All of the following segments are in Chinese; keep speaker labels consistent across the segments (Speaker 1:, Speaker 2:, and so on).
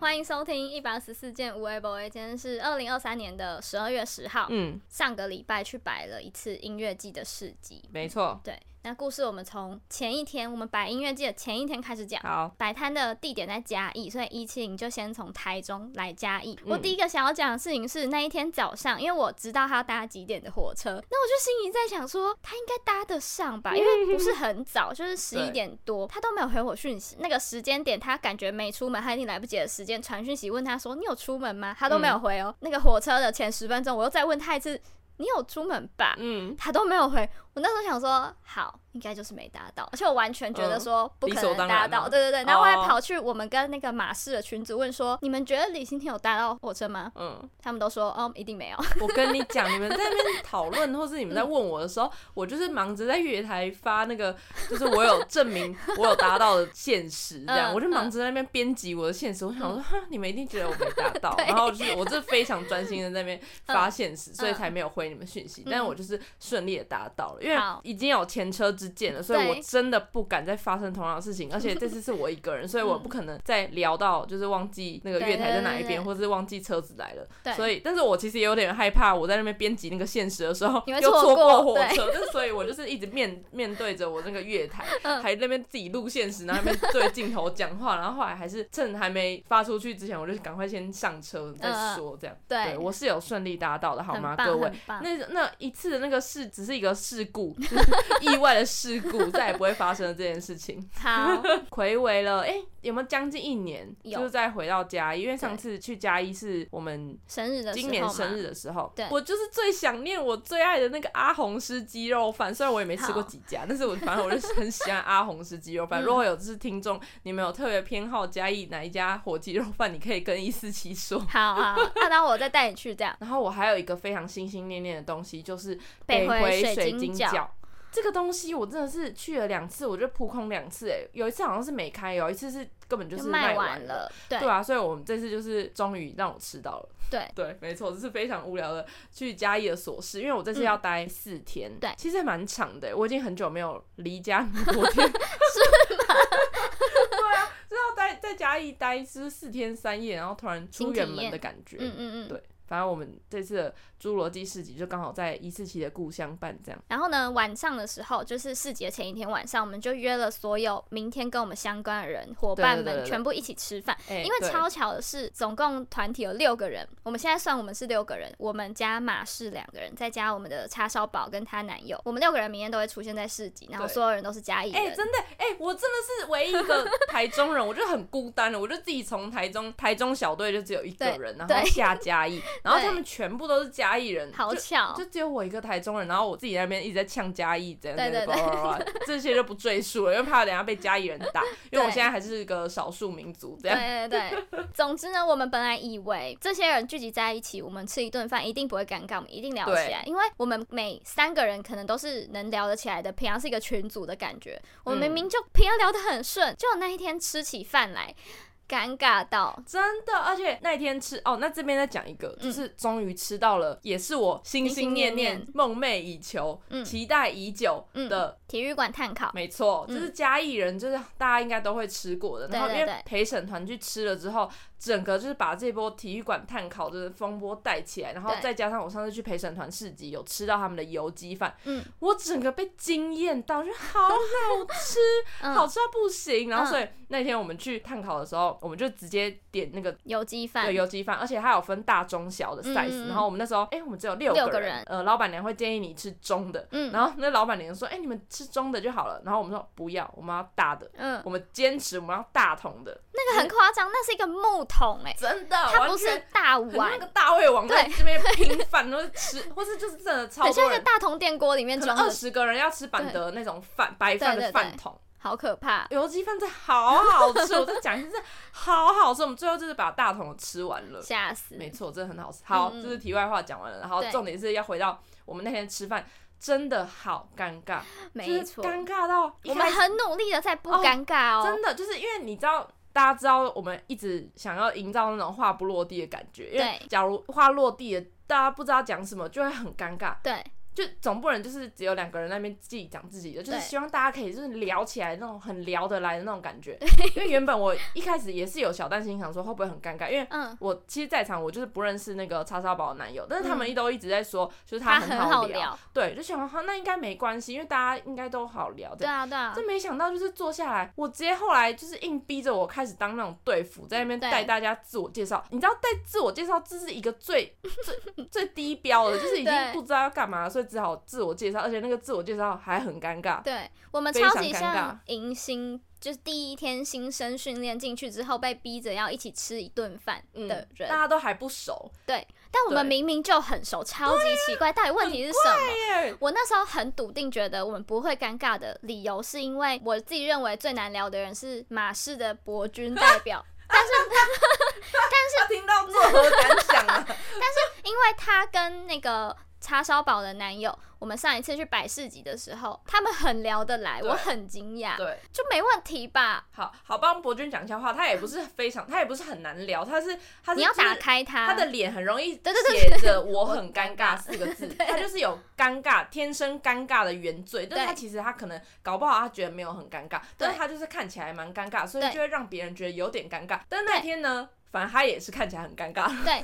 Speaker 1: 欢迎收听一百十四件无为 boy。今天是二零二三年的十二月十号，
Speaker 2: 嗯，
Speaker 1: 上个礼拜去摆了一次音乐季的市集。
Speaker 2: 没错。
Speaker 1: 对，那故事我们从前一天，我们摆音乐季的前一天开始讲。
Speaker 2: 好，
Speaker 1: 摆摊的地点在嘉义，所以一七零就先从台中来嘉义。我
Speaker 2: 嗯
Speaker 1: 第一个想要讲的事情是那一天早上，因为我知道他要搭几点的火 车，那我就心里在想说他应该搭得上吧，因为不是很早，就是十一
Speaker 2: 嗯 对
Speaker 1: 点多，他都没有回我讯息。那个时间点他感觉没出门，他一定来不及的时间传讯息问他说你有出门吗？他都没有回哦。那个火车的前十分钟，我又再问他一次你有出门吧？
Speaker 2: 嗯，
Speaker 1: 他都没有回。我那时候想说，好，应该就是没搭到，而且我完全觉得说不可
Speaker 2: 嗯理所
Speaker 1: 能
Speaker 2: 当
Speaker 1: 搭
Speaker 2: 然
Speaker 1: 到，
Speaker 2: 嘛
Speaker 1: 对对对。然后我还
Speaker 2: 哦
Speaker 1: 跑去我们跟那个马氏的群组问说，你们觉得李欣婷有搭到火车吗？
Speaker 2: 嗯，
Speaker 1: 他们都说，哦，一定没有。
Speaker 2: 我跟你讲，你们在那边讨论，或是你们在问我的时候，我就是忙着在月台发那个，就是我有证明我有达到的现实，这样，
Speaker 1: 嗯
Speaker 2: 我就忙着在那边编辑我的现实。我想说，哈，你们一定觉得我没达 到，然后就是我这非常专心的在那
Speaker 1: 嗯
Speaker 2: 边发现实，所以才没有回你们讯息。但是我就是顺利的达到了，因为
Speaker 1: 好
Speaker 2: 已经有前车之鉴了，所以我
Speaker 1: 对
Speaker 2: 真的不敢再发生同样的事情。而且这次是我一个人，所以我不可能再聊到就是忘记那个
Speaker 1: 对
Speaker 2: 月台在
Speaker 1: 嗯对
Speaker 2: 哪一
Speaker 1: 对
Speaker 2: 边，
Speaker 1: 对
Speaker 2: 或是忘记车子来了。
Speaker 1: 对
Speaker 2: 所以，但是我其实也有点害怕，我在那边编辑那个现实的时候，
Speaker 1: 你会
Speaker 2: 又
Speaker 1: 错
Speaker 2: 错
Speaker 1: 过
Speaker 2: 火
Speaker 1: 对
Speaker 2: 车，但所以我就是一直面面对着我那个月台，
Speaker 1: 嗯
Speaker 2: 还那边自己录现实，然后那边对镜头讲话，然后后来还是趁还没发出去之前，我就赶快先上车再说，这样。
Speaker 1: 嗯对
Speaker 2: 对，我是有顺利达到的，好
Speaker 1: 很
Speaker 2: 吗，
Speaker 1: 棒
Speaker 2: 各位
Speaker 1: 很？棒
Speaker 2: 那那一次的那个事只是一个事故， 就是意外的事故，再也不会发生的这件事情。
Speaker 1: 好，
Speaker 2: 回违了，哎、有没有将近一年？
Speaker 1: 有
Speaker 2: 就是再回到嘉义，因为上次去嘉义是我们
Speaker 1: 生日的时候
Speaker 2: 今年
Speaker 1: 嘛
Speaker 2: 生日的时候
Speaker 1: 对，
Speaker 2: 我就是最想念我最爱的那个阿红师鸡肉饭。虽然我也没吃过
Speaker 1: 好
Speaker 2: 几家，但是我反正我就是很喜欢阿红师鸡 肉饭。
Speaker 1: 嗯
Speaker 2: 如果有就是听众，你们有特别偏好嘉义哪一家火鸡肉饭，你可以跟一四七说。
Speaker 1: 好好，那当我再带你去这样。
Speaker 2: 然后我还有一个非常心心念念的东西，就是
Speaker 1: 北回
Speaker 2: 回
Speaker 1: 水
Speaker 2: 水
Speaker 1: 晶
Speaker 2: 晶
Speaker 1: 饺
Speaker 2: 饺。这个东西我真的是去了两次，我就扑空两次、哎，有一次好像是没开，哦有一次是根本就是
Speaker 1: 卖
Speaker 2: 完
Speaker 1: 完。了，对
Speaker 2: 对啊，所以我们这次就是终于让我吃到了。
Speaker 1: 对
Speaker 2: 对，没错，这是非常无聊的去嘉义的琐事，因为我这次要待四天，
Speaker 1: 对
Speaker 2: 其实还蛮长的，我已经很久没有离家那么 多天，是吗？ 对啊，就是要待在嘉义待就是四天三夜，然后突然
Speaker 1: 新
Speaker 2: 出
Speaker 1: 体
Speaker 2: 远门
Speaker 1: 验
Speaker 2: 的感觉，
Speaker 1: 嗯嗯嗯。
Speaker 2: 对。反正我们这次的侏罗纪市集就刚好在一四期的故乡办这样，
Speaker 1: 然后呢，晚上的时候，就是市集的前一天晚上，我们就约了所有明天跟我们相关的人伙
Speaker 2: 对对
Speaker 1: 伴
Speaker 2: 对
Speaker 1: 们
Speaker 2: 对
Speaker 1: 全部一起吃饭。
Speaker 2: 哎
Speaker 1: 因为
Speaker 2: 对
Speaker 1: 超巧的是，总共团体有六个人，我们现在算我们是六个人，我们加马氏两个人，再加我们的叉烧宝跟她男友，我们六个人明天都会出现在市集，然后
Speaker 2: 对
Speaker 1: 所有人都是嘉义人。
Speaker 2: 哎、真的，哎、我真的是唯一一个台中人，我就很孤单了，我就自己从台中台中小队就只有一个
Speaker 1: 对
Speaker 2: 人，然
Speaker 1: 对
Speaker 2: 后下 嘉义，然后他们全部都是嘉义人，
Speaker 1: 好
Speaker 2: 就
Speaker 1: 巧，
Speaker 2: 就只有我一个台中人，然后我自己在那边一直在呛嘉义，这样
Speaker 1: 对
Speaker 2: 这样
Speaker 1: 对对
Speaker 2: 叭叭叭叭这些就不赘述了，因为怕等一下被嘉义人 打，因为我
Speaker 1: 对
Speaker 2: 现在还是一个少数民族这样。
Speaker 1: 对对对，总之呢，我们本来以为这些人聚集在一起，我们吃一顿饭一定不会尴尬，我们一定聊起来，因为我们每三个人可能都是能聊得起来的，平常是一个群组的感觉。我们明明就平常聊得很顺，就那一天吃起饭来，尴尬到
Speaker 2: 真的，而且那天吃哦，那这边再讲一个，
Speaker 1: 嗯
Speaker 2: 就是终于吃到了，也是我心心念
Speaker 1: 心
Speaker 2: 念、梦寐以求、
Speaker 1: 嗯
Speaker 2: 期待已久
Speaker 1: 嗯
Speaker 2: 的
Speaker 1: 体育馆碳烤。
Speaker 2: 没错，
Speaker 1: 嗯
Speaker 2: 就是嘉义人，就是大家应该都会吃过的。
Speaker 1: 对
Speaker 2: 然后因为
Speaker 1: 对对
Speaker 2: 陪审团去吃了之后，整个就是把这波体育馆碳烤的风波带起来，然后
Speaker 1: 对
Speaker 2: 再加上我上次去陪审团市集有吃到他们的油鸡饭，
Speaker 1: 嗯
Speaker 2: 我整个被惊艳到，就好好吃，好
Speaker 1: 嗯，
Speaker 2: 吃到不行。然后所以那天我们去碳烤的时候，我们就直接点那个
Speaker 1: 有机饭
Speaker 2: 对，油鸡饭，而且它有分大、中、小的
Speaker 1: 嗯
Speaker 2: size、
Speaker 1: 嗯嗯
Speaker 2: 然后我们那时候，哎、我们只有六
Speaker 1: 六
Speaker 2: 个
Speaker 1: 个
Speaker 2: 人
Speaker 1: 人
Speaker 2: 呃，老板娘会建议你吃中的。
Speaker 1: 嗯
Speaker 2: 然后那老板娘说，哎、你们吃中的就好了。然后我们说不要，我们要大的。
Speaker 1: 嗯，
Speaker 2: 我们坚持我们要大桶的，
Speaker 1: 那个很夸张，那是一个木桶哎、
Speaker 2: 真的，
Speaker 1: 它不
Speaker 2: 完全
Speaker 1: 是大
Speaker 2: 很像那
Speaker 1: 碗，
Speaker 2: 个大胃王
Speaker 1: 对
Speaker 2: 在这边拼饭，都是吃，或是就是 真的超
Speaker 1: 很像
Speaker 2: 多
Speaker 1: 一个
Speaker 2: 人，
Speaker 1: 大铜电锅里面
Speaker 2: 可
Speaker 1: 装
Speaker 2: 能二
Speaker 1: 的，
Speaker 2: 十个人要吃板德那种饭白饭
Speaker 1: 对对对
Speaker 2: 的饭桶。
Speaker 1: 好可怕。
Speaker 2: 油鸡饭真的好好吃，我再讲一次，真的好好吃。我们最后就是把大桶吃完了，
Speaker 1: 吓死！
Speaker 2: 没错，真的很好吃。好，
Speaker 1: 嗯
Speaker 2: 这是题外话讲完了，然后
Speaker 1: 对
Speaker 2: 重点是要回到我们那天吃饭，真的好尴尬，
Speaker 1: 没
Speaker 2: 就是
Speaker 1: 错，
Speaker 2: 尴尬到一
Speaker 1: 我们
Speaker 2: 开始
Speaker 1: 很努力的在不
Speaker 2: 哦
Speaker 1: 尴尬哦。
Speaker 2: 真的就是因为你知道。大家知道，我们一直想要营造那种话不落地的感觉，因为
Speaker 1: 对
Speaker 2: 假如话落地了，大家不知道讲什么，就会很尴尬。
Speaker 1: 对，
Speaker 2: 就总不能就是只有两个人那边自己讲自己的，就是
Speaker 1: 对
Speaker 2: 希望大家可以就是聊起来那种很聊得来的那种 感觉。因为原本我一开始也是有小担心，想说会不会很尴尬，因为
Speaker 1: 嗯，
Speaker 2: 我其实，在场我就是不认识那个叉烧包的男友，但是他们一都一直在说，就
Speaker 1: 嗯
Speaker 2: 是
Speaker 1: 他
Speaker 2: 很
Speaker 1: 很好
Speaker 2: 聊，
Speaker 1: 聊，
Speaker 2: 对，就想说哈那应该没关系，因为大家应该都好聊这
Speaker 1: 对
Speaker 2: 样。
Speaker 1: 啊对啊，
Speaker 2: 这没想到就是坐下来，我直接后来就是硬逼着我开始当那种队服，在那边
Speaker 1: 对
Speaker 2: 带大家自我介绍。你知道带自我介绍这是一个最最最低标的，就是已经
Speaker 1: 对
Speaker 2: 不知道要干嘛，所以只好自我介绍，而且那个自我介绍还很尴尬。
Speaker 1: 对我们
Speaker 2: 非
Speaker 1: 超
Speaker 2: 常
Speaker 1: 级
Speaker 2: 尴
Speaker 1: 像
Speaker 2: 尬
Speaker 1: 迎新，就是第一天新生训练进去之后被逼着要一起吃一顿饭
Speaker 2: 嗯，
Speaker 1: 的人，
Speaker 2: 大家都还不熟，
Speaker 1: 但我们
Speaker 2: 对
Speaker 1: 明明就很熟，超级奇怪，到底问题是什么？
Speaker 2: 耶，
Speaker 1: 我那时候很笃定，觉得我们不会尴尬的理由，是因为我自己认为最难聊的人是马氏的博君代 表，
Speaker 2: 他听到作何感 想啊？
Speaker 1: 因为他跟那个叉烧堡的男友，我们上一次去百事集的时候，他们很聊得来，
Speaker 2: 对
Speaker 1: 我很惊讶，
Speaker 2: 对，
Speaker 1: 就没问题吧？
Speaker 2: 好好帮博君讲一下话，他也不是非常，他也不是很难聊，他是他是
Speaker 1: 你要
Speaker 2: 就是
Speaker 1: 打开他，
Speaker 2: 他的脸很容易
Speaker 1: 对对
Speaker 2: 写着“我
Speaker 1: 我
Speaker 2: 很尴尬”四个 字，他就是有尴尬，天生尴尬的原罪。但是他其实他可能搞不好他觉得没有很尴尬，但是他就是看起来蛮尴尬，所以
Speaker 1: 对
Speaker 2: 就会让别人觉得有点尴尬。但那天呢，反正他也是看起来很尴尬，
Speaker 1: 对，而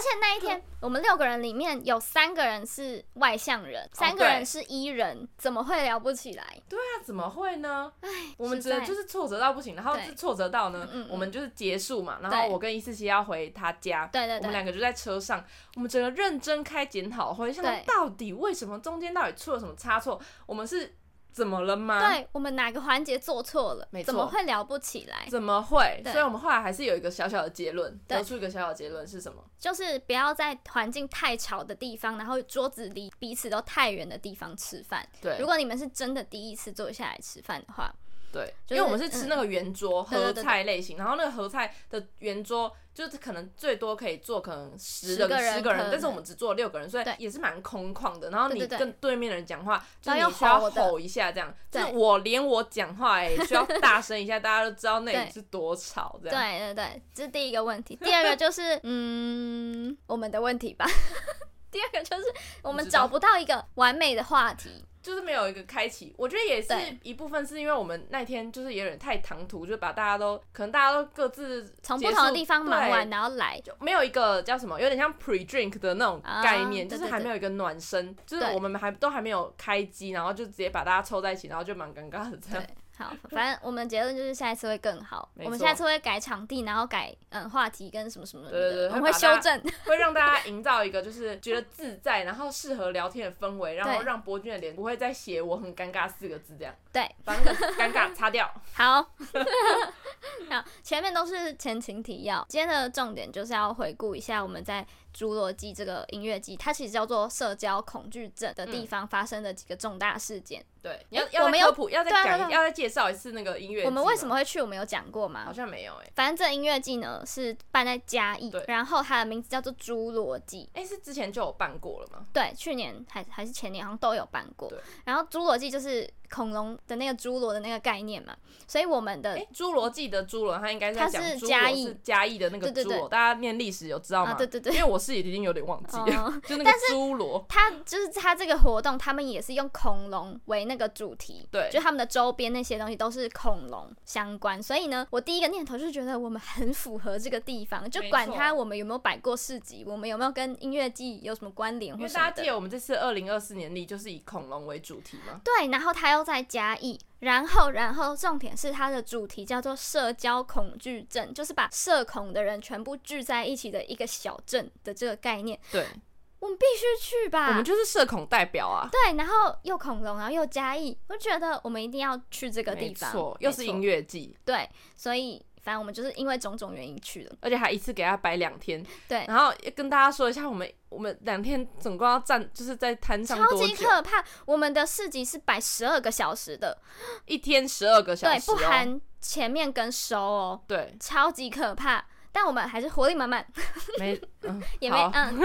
Speaker 1: 且那一天我们六个人里面有三个人是外向人，三个
Speaker 2: 对
Speaker 1: 人是 E 人，怎么会聊不起来？
Speaker 2: 那怎么会呢？我们
Speaker 1: 实
Speaker 2: 觉得
Speaker 1: 在
Speaker 2: 就是挫折到不行，然后
Speaker 1: 对
Speaker 2: 是挫折到呢
Speaker 1: 嗯嗯嗯，
Speaker 2: 我们就是结束嘛，然
Speaker 1: 对
Speaker 2: 后我跟一四七要回他家，
Speaker 1: 对对
Speaker 2: 我
Speaker 1: 对，
Speaker 2: 们两个就在车上，我们整个认真开检讨会，想
Speaker 1: 对
Speaker 2: 到底为什么中间到底出了什么差错，我们是怎么了吗？
Speaker 1: 对我们哪个环节做错了
Speaker 2: 啊没，错
Speaker 1: 怎么会聊不起来？
Speaker 2: 怎么会？
Speaker 1: 对
Speaker 2: 所以我们后来还是有一个小小的结论，
Speaker 1: 对
Speaker 2: 得出一个小小的结论是什么？
Speaker 1: 就是不要在环境太吵的地方，然后桌子离彼此都太远的地方吃饭。
Speaker 2: 对
Speaker 1: 如果你们是真的第一次坐下来吃饭的话，
Speaker 2: 对，
Speaker 1: 就是嗯
Speaker 2: 因为我们是吃那个圆桌
Speaker 1: 对对
Speaker 2: 合
Speaker 1: 对
Speaker 2: 菜类型，然后那个合菜的圆桌就是可能最多可以坐可能十
Speaker 1: 十个人
Speaker 2: 十个
Speaker 1: 可
Speaker 2: 人
Speaker 1: 能，
Speaker 2: 但是我们只坐六个人，所以
Speaker 1: 对
Speaker 2: 也是蛮空旷的。然后你
Speaker 1: 对对对
Speaker 2: 跟对面的人讲话，就
Speaker 1: 然
Speaker 2: 是
Speaker 1: 后要
Speaker 2: 你需要
Speaker 1: 吼的
Speaker 2: 吼一下这样。就
Speaker 1: 对
Speaker 2: 是我连我讲话哎、需要大声一 下，大家都知道那
Speaker 1: 对
Speaker 2: 里是多吵这
Speaker 1: 对对
Speaker 2: 样。
Speaker 1: 对，这是第一个问题。第二个就是， 嗯，我们的问题吧。 第二个就是我们
Speaker 2: 不知道
Speaker 1: 找不到一个完美的话题。
Speaker 2: 就是没有一个开启，我觉得也是
Speaker 1: 对
Speaker 2: 一部分是因为我们那天就是有点太唐突，就把大家都可能大家都各自
Speaker 1: 从
Speaker 2: 结
Speaker 1: 不
Speaker 2: 束
Speaker 1: 同的地方忙
Speaker 2: 对
Speaker 1: 完，然后来，
Speaker 2: 就没有一个叫什么，有点像 pre drink 的那种概念，
Speaker 1: 啊
Speaker 2: 就是
Speaker 1: 对对
Speaker 2: 还没有一个暖身，就是
Speaker 1: 对
Speaker 2: 我们还都还没有开机，然后就直接把大家凑在一起，然后就蛮尴尬的 这样
Speaker 1: 对。好，反正我们结论就是下一次会更好。
Speaker 2: 没
Speaker 1: 我们
Speaker 2: 错
Speaker 1: 下次会改场地，然后改嗯话题跟什么什么的，
Speaker 2: 对对对
Speaker 1: 我们
Speaker 2: 会
Speaker 1: 会
Speaker 2: 把
Speaker 1: 修
Speaker 2: 大家
Speaker 1: 正。
Speaker 2: 会让大家营造一个就是觉得自在，然后适合聊天的氛围，然后
Speaker 1: 对
Speaker 2: 让博君的脸不会再写“我很尴尬”四个字这样，
Speaker 1: 对，
Speaker 2: 把那个尴尬擦掉。
Speaker 1: 好， 好，前面都是前情提要，今天的重点就是要回顾一下我们在《侏罗纪》这个音乐季，它其实叫做社交恐惧症的地方发生的几个重大事件。
Speaker 2: 对，你要
Speaker 1: 我
Speaker 2: 要
Speaker 1: 们
Speaker 2: 再
Speaker 1: 有
Speaker 2: 科普，要再
Speaker 1: 对啊
Speaker 2: 讲
Speaker 1: 对啊
Speaker 2: 一，要再介绍一次那个音乐季
Speaker 1: 我
Speaker 2: 吗。
Speaker 1: 们为什么会去？我们有讲过
Speaker 2: 好
Speaker 1: 吗？
Speaker 2: 像没有哎、欸？
Speaker 1: 反正这音乐季呢是办在嘉义
Speaker 2: 对，
Speaker 1: 然后它的名字叫做《侏罗纪》。
Speaker 2: 哎、是之前就有办过了吗？
Speaker 1: 对，去年还还是前年好像都有办过
Speaker 2: 对。
Speaker 1: 然后《侏罗纪》就是恐龙的那个侏罗的那个概念嘛，所以我们的、
Speaker 2: 哎、侏罗纪的侏罗，它应该是在
Speaker 1: 呃它
Speaker 2: 讲
Speaker 1: 是
Speaker 2: 侏
Speaker 1: 嘉
Speaker 2: 罗
Speaker 1: 义
Speaker 2: 是嘉义的那个
Speaker 1: 对对
Speaker 2: 侏
Speaker 1: 对
Speaker 2: 罗，大家念历史有知道吗？
Speaker 1: 啊，对对 对，
Speaker 2: 因为我是已经有点忘记了，
Speaker 1: 嗯
Speaker 2: 就那个侏罗，
Speaker 1: 他就是他这个活动，他们也是用恐龙为那个主题，
Speaker 2: 对
Speaker 1: 就他们的周边那些东西都是恐龙相关。所以呢，我第一个念头就是觉得我们很符合这个地方，就
Speaker 2: 没
Speaker 1: 管
Speaker 2: 错
Speaker 1: 他我们有没有摆过市集，我们有没有跟音乐季有什么关联
Speaker 2: 因
Speaker 1: 或
Speaker 2: 为
Speaker 1: 什么
Speaker 2: 大家记
Speaker 1: 的。
Speaker 2: 得我们这次二零二四年历就是以恐龙为主题嘛，
Speaker 1: 对，然后他又在嘉义，然后然后重点是它的主题叫做社交恐惧症，就是把社恐的人全部聚在一起的一个小镇的这个概念，
Speaker 2: 对，
Speaker 1: 我们必须去吧。
Speaker 2: 我们就是社恐代表啊，
Speaker 1: 对，然后又恐龙，然后又嘉义，我就觉得我们一定要去这个地
Speaker 2: 没
Speaker 1: 方，
Speaker 2: 错，又是音
Speaker 1: 乐，
Speaker 2: 乐季，
Speaker 1: 对，所以反正我们就是因为种种原因去了，
Speaker 2: 而且还一次给他摆两天，
Speaker 1: 对
Speaker 2: 然后跟大家说一下，我们我们两天总共要站就是在摊上
Speaker 1: 超
Speaker 2: 多
Speaker 1: 级
Speaker 2: 久，
Speaker 1: 可怕。我们的市集是摆十二个小时的，
Speaker 2: 一天十二个小
Speaker 1: 对，
Speaker 2: 时、
Speaker 1: 不
Speaker 2: 哦，
Speaker 1: 含前面跟收哦，
Speaker 2: 对，
Speaker 1: 超级可怕。但我们还是活力满满，
Speaker 2: 没嗯，
Speaker 1: 也没
Speaker 2: 好，
Speaker 1: 嗯，